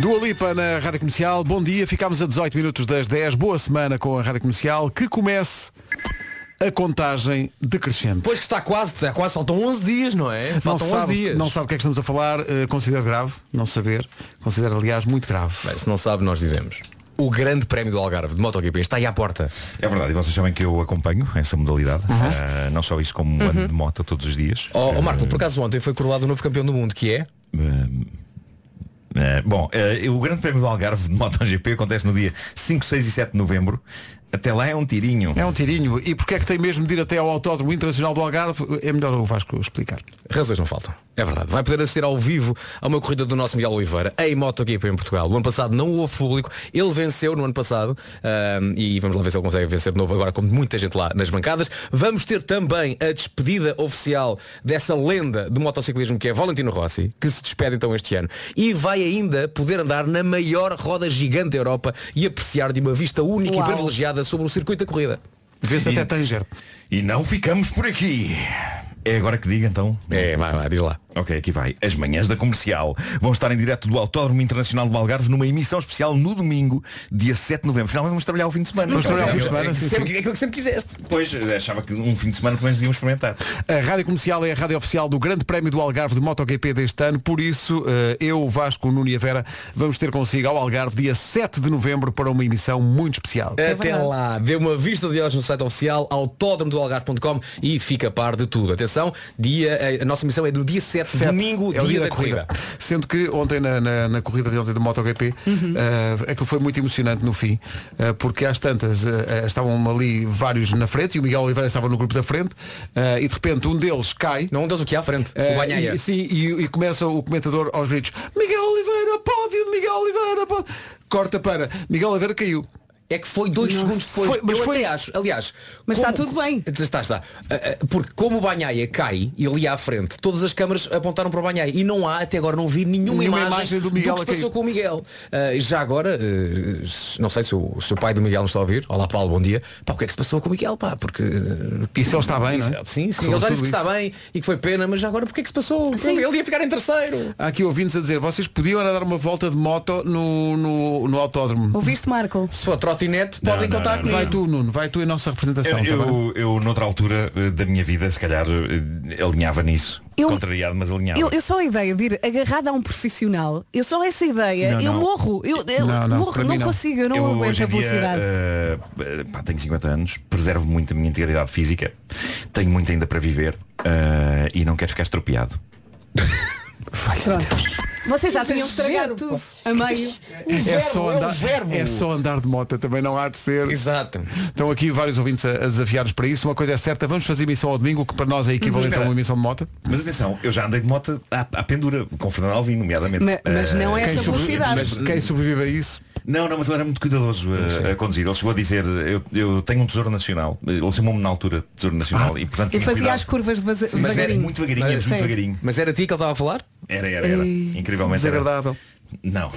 Dua Lipa na Rádio Comercial. Bom dia, ficámos a 18 minutos das 10. Boa semana com a Rádio Comercial. Que comece a contagem decrescente.
Pois que está quase, está quase, faltam 11 dias, não é?
Não
Faltam 11
sabe,
dias.
não sabe o que é que estamos a falar, eh, considero grave, não saber, considero aliás muito grave.
Bem, se não sabe, nós dizemos. O grande prémio do Algarve de MotoGP está aí à porta.
É verdade, e vocês sabem que eu acompanho essa modalidade. Ah, não só isso, como ando de moto todos os
É.
dias.
Ó ó, Oh, Marco, por acaso ontem foi coroado o novo campeão do mundo, que é?
Eh, Hum, bom, eh, o Grande Prémio do Algarve de MotoGP acontece no dia 5, 6 e 7 de novembro. Até lá é um tirinho.
É um tirinho. E porque é que tem mesmo de ir até ao Autódromo Internacional do Algarve? É melhor o Vasco explicar.
Razões não faltam. É verdade. Vai poder assistir ao vivo a uma corrida do nosso Miguel Oliveira em MotoGP em Portugal. O ano passado não houve público. Ele venceu no ano passado. ahm, e vamos lá ver se ele consegue vencer de novo agora com muita gente lá nas bancadas. Vamos ter também a despedida oficial dessa lenda do motociclismo que é Valentino Rossi, que se despede então este ano. E vai ainda poder andar na maior roda gigante da Europa e apreciar de uma vista única
Uau.
e privilegiada sobre o circuito da corrida.
Vê-se até Tanger.
E não ficamos por aqui. É agora que diga então?
É, vai, vai, diz lá.
Ok, aqui vai. As manhãs da comercial vão estar em direto do Autódromo Internacional do Algarve numa emissão especial no domingo, dia 7 de novembro. Finalmente vamos trabalhar o fim de semana.
Vamos trabalhar o fim de
Eu-
semana,
é que
sim,
sempre-
sim.
é aquilo que sempre quiseste.
Pois, achava que um fim de semana pelo menos devíamos experimentar.
A Rádio Comercial é a rádio oficial do Grande Prémio do Algarve de MotoGP deste ano, por isso eh, eu, o Vasco, o Nuno e a Vera vamos ter consigo ao Algarve dia 7 de novembro para uma emissão muito especial.
É Até lá, dê uma vista de olhos no site oficial autódromodoalgar.com e fica a par de tudo. Atenção, dia, a, a nossa missão é do dia 7, domingo,
é o dia da corrida. Sendo que ontem na, na- na corrida de ontem do MotoGP, eh, aquilo foi muito emocionante no fim, eh, porque às tantas eh, eh, estavam ali vários na frente e o Miguel Oliveira estava no grupo da frente eh, e de repente um deles cai. eh,
Não um deles o que há à frente, o Banhaia.
É, e, sim, e, e começa o comentador aos gritos, Miguel Oliveira, pódio, Miguel Oliveira, pódio. Corta para, Miguel Oliveira caiu.
É que foi dois
Não
segundos depois.
foi, mas
eu
foi-
até acho, aliás.
Mas está tudo
bem. Está, está. Ah, ah, Porque como o Banhaia cai, ele ia à frente, todas as câmaras apontaram para o Banhaia. E não há, até agora não vi nenhuma,
Nenhuma imagem do Miguel
que se
a
passou
cair.
com o Miguel. Ah, e já agora, ah, se- não sei se o, se o pai do Miguel nos está a ouvir. Olá Paulo, bom dia. Pá, o que é que se passou com o Miguel? Pá, porque.
Isso ele está bem, não é?
Sim, sim. Ele já
Sobretudo
disse que está
isso.
bem e que foi pena, mas já agora porque é que se passou? Ele ia ficar em terceiro.
Há aqui ouvintes a dizer, vocês podiam era dar uma volta de moto no, no, no autódromo.
Ouviste, Marco?
Se for trotinete,
Não, podem não, contar não, comigo.
Vai tu, Nuno, vai tu em nossa representação.
eu,
tá bem?
eu, eu, noutra altura eh, da minha vida, se calhar, eh, alinhava nisso.
Eu-
Contrariado, mas alinhava.
Eu, eu só a ideia de ir agarrada a um profissional, eu só essa ideia,
Não,
eu
não.
morro, eu, eu
Não, não,
morro,
para
não,
mim não.
consigo, eu não aguento
hoje
a
em dia,
velocidade.
eh, pá, tenho 50 anos, preservo muito a minha integridade física, tenho muito ainda para viver eh, e não quero ficar estropiado.
Vocês já
Isso é
tinham estragado tudo a meio.
É só, andar, é só andar de moto, também não há de ser.
Exato.
Estão aqui vários ouvintes a, a desafiar-nos para isso. Uma coisa é certa, vamos fazer emissão ao domingo, que para nós é equivalente a
Espera.
uma emissão de moto.
Mas atenção, eu já andei de moto à, à pendura, com Fernando Alvim, nomeadamente.
Ma- mas
Eh,
não é Quem esta sobrevive- velocidade. mas quem sobrevive a isso?
Não, não, mas ele era muito cuidadoso eh, a, conduzir. Ele chegou a dizer, eu, eu tenho um tesouro nacional. Ele chamou-me na altura de tesouro nacional e portanto
Ah, Eu
tinha
fazia
cuidado.
as curvas deva- devagarinho.
Mas era muito devagarinho, íamos muito
Sim.
devagarinho.
Mas era a ti que ele estava a falar?
Era, era, era. Incrivelmente.
Desagradável.
Não.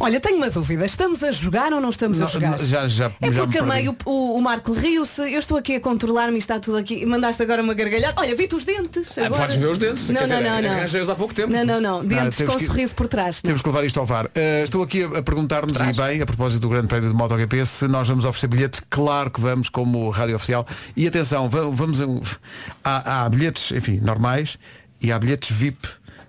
Olha, tenho uma dúvida, estamos a jogar ou não estamos a
Não,
jogar?
já, já, já
É
me
porque a
perdi.
meio o, o Marco riu-se, eu estou aqui a controlar-me e está tudo aqui. E Mandaste agora uma gargalhada. Olha, vi-te os dentes.
Ah,
Agora.
Ah, podes ver os dentes,
Não,
quer
não,
dizer,
não, não.
arranjei-os há pouco tempo.
Não, não, não.
Ah,
Dentes
temos
com
que-
sorriso por trás. é?
Temos que levar isto ao VAR. Eh, estou aqui a, a perguntar-nos, e bem, a propósito do Grande Prémio de MotoGP, se nós vamos oferecer bilhetes. Claro que vamos, como rádio oficial. E atenção, va- vamos. a um- Há, há bilhetes, enfim, normais e há bilhetes VIP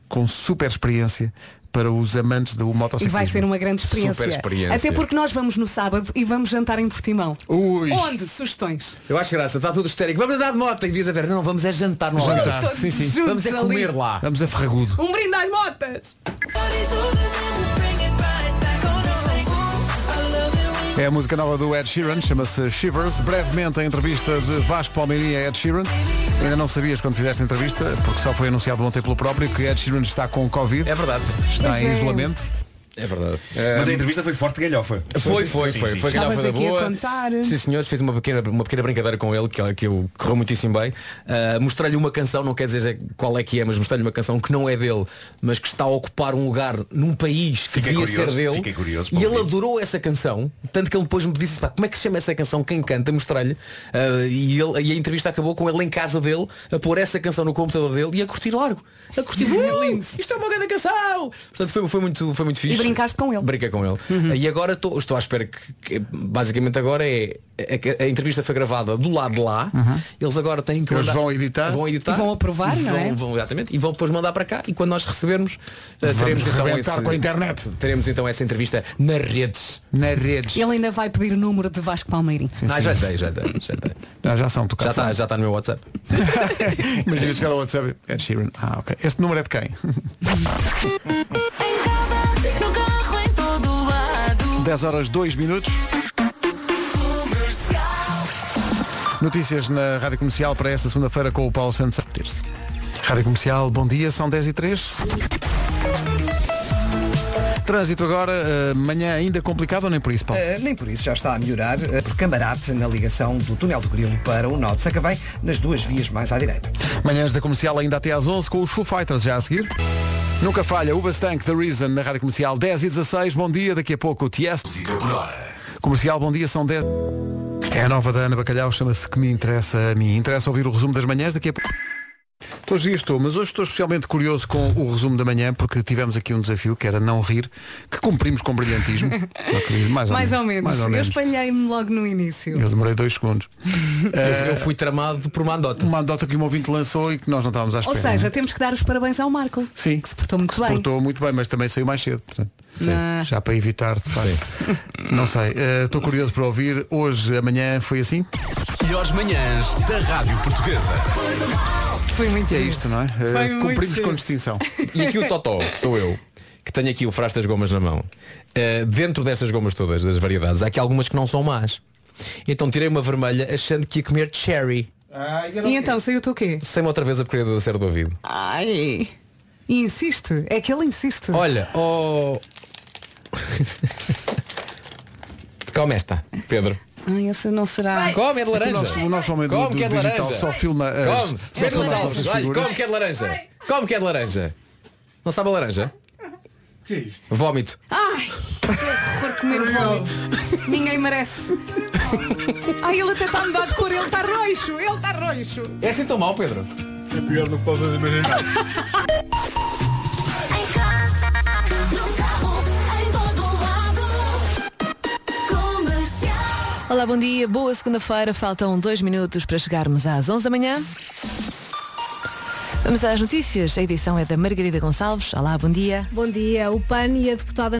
com super experiência para os amantes do
E
motociclismo.
vai ser uma grande experiência.
Super experiência.
Até porque nós vamos no sábado e vamos jantar em Portimão.
Ui.
Onde? Sugestões.
Eu acho graça, está tudo histérico. Vamos andar de moto e diz a ver, não, vamos é jantar no Algarve.
Jantar, sim, sim.
Vamos é
Juntos
comer
ali.
lá.
Ah. Vamos a Ferragudo.
Um brinde às motas!
É a música nova do Ed Sheeran, chama-se Shivers. Brevemente a entrevista de Vasco Palmeirinho a Ed Sheeran. Ainda não sabias quando fizeste a entrevista, porque só foi anunciado ontem pelo próprio que Ed Sheeran está com Covid. É
verdade.
Está
Pois
em
é.
isolamento.
É verdade.
Mas a entrevista foi forte galhofa.
Foi, foi, foi. Foi
sim.
calhar foi da
aqui a
boa.
contar.
Sim, senhores, fiz uma pequena, uma pequena brincadeira com ele, que, que eu correu muitíssimo bem. Ah, mostrei-lhe uma canção, não quer dizer qual é que é, mas mostrei-lhe uma canção que não é dele, mas que está a ocupar um lugar num país que
Fiquei
devia
curioso,
ser dele.
fiquei curioso para
e ele
ouvir.
adorou essa canção, tanto que ele depois me disse, pá, como é que se chama essa canção? Quem canta? Mostrei-lhe. Ah, e, ele- e a entrevista acabou com ele em casa dele, a pôr essa canção no computador dele e a curtir largo. A curtir *laughs* lindo. Isto é uma grande canção! Portanto, foi, foi muito, foi muito
E
fixe.
brincaste com ele.
Brinca com ele.
Uhum.
E agora estou, estou à espera que, que basicamente agora é a, a entrevista foi gravada do lado de lá. Eles agora têm que
Eles
mandar-
vão editar.
vão editar,
Uhum. E vão aprovar,
e
não é?
vão- vão- exatamente, e vão depois mandar para cá e quando nós recebermos eh,
Vamos
teremos então
rebentar
esse-
com a internet.
Teremos então essa entrevista nas redes.
Nas redes.
Ele ainda vai pedir o número de Vasco Palmeirinho.
Ah, já dei, já dei, já dei.
Não, já são tocados.
Já tá. está, já está no meu WhatsApp.
*laughs* Imagina chegar ao WhatsApp. Ed Sheeran. Ah, ok. Este número é de *laughs* quem?
No carro em todo lado.
10 horas 2 minutos. Notícias na Rádio Comercial para esta segunda-feira com o Paulo Santos. Terça. Rádio Comercial, bom dia, são 10 e 3. Trânsito agora, eh, manhã ainda complicado ou nem por isso, Paulo?
Uh, nem por isso já está a melhorar uh, por Cambarate na ligação do túnel do Grilo para o Norte Sacavém, nas duas vias mais à direita.
Manhãs da Comercial ainda até às 11 com os Foo Fighters já a seguir. Nunca falha, Uba Stank, The Reason, na Rádio Comercial 10 e 16. Bom dia, daqui a pouco o TS. Comercial, bom dia, são 10. É a nova da Ana Bacalhau, chama-se Que Me Interessa a Mim. Interessa ouvir o resumo das manhãs daqui a pouco. Todos os dias estou, mas hoje estou especialmente curioso com o resumo da manhã, porque tivemos aqui um desafio que era não rir, que cumprimos com
*laughs*
brilhantismo. Não acredito, mais,
Mais ou menos.
Mais ou menos.
Eu espalhei-me logo no início.
Eu demorei dois segundos.
eu fui tramado por uma andota.
Uma andota que o meu ouvinte lançou e que nós não estávamos à
Ou
espera.
seja, temos que dar os parabéns ao Marco.
Sim. Que se
portou muito bem.
portou muito bem, mas também saiu mais cedo. portanto.
Sim. Ah.
Já para evitar, de facto. Não sei. eh, Estou curioso para ouvir. Hoje, amanhã, foi assim?
Melhores manhãs da Rádio Portuguesa.
Foi muito
É isto, não é? Eh,
Foi muito
cumprimos com
cedo.
distinção.
E aqui o Totó, que sou eu, que tenho aqui o frasco das gomas na mão. eh, dentro destas gomas todas, das variedades, há aqui algumas que não são más. Então tirei uma vermelha achando que ia comer cherry.
E então saiu-te o quê?
Sem-me outra vez a porcaria da cera do ouvido.
Ai. E insiste. É
oh.
que ele insiste.
Olha, oh. *laughs* Come esta, Pedro.
Ai, essa não será.
Come, é de laranja.
O nosso, o nosso homem do,
Come,
do
que é de
digital
laranja.
só filma as,
Come,
só
Pedro
filma as
Gonçalves,
nossas
olha,
figuras.
come que é de laranja. Come que é de laranja. Não sabe a laranja? O que é isto? Vómito.
Ai, que horror comer vómito. Ninguém merece. Ai, ele até está a mudar de cor, ele está roxo, ele está roxo.
É assim tão mau, Pedro? É pior do que vocês imaginar.
Olá, bom dia, boa segunda-feira. Faltam dois minutos para chegarmos às 11 da manhã. Vamos às notícias. A edição é da Margarida Gonçalves. Olá, bom dia.
Bom dia. O PAN e a deputada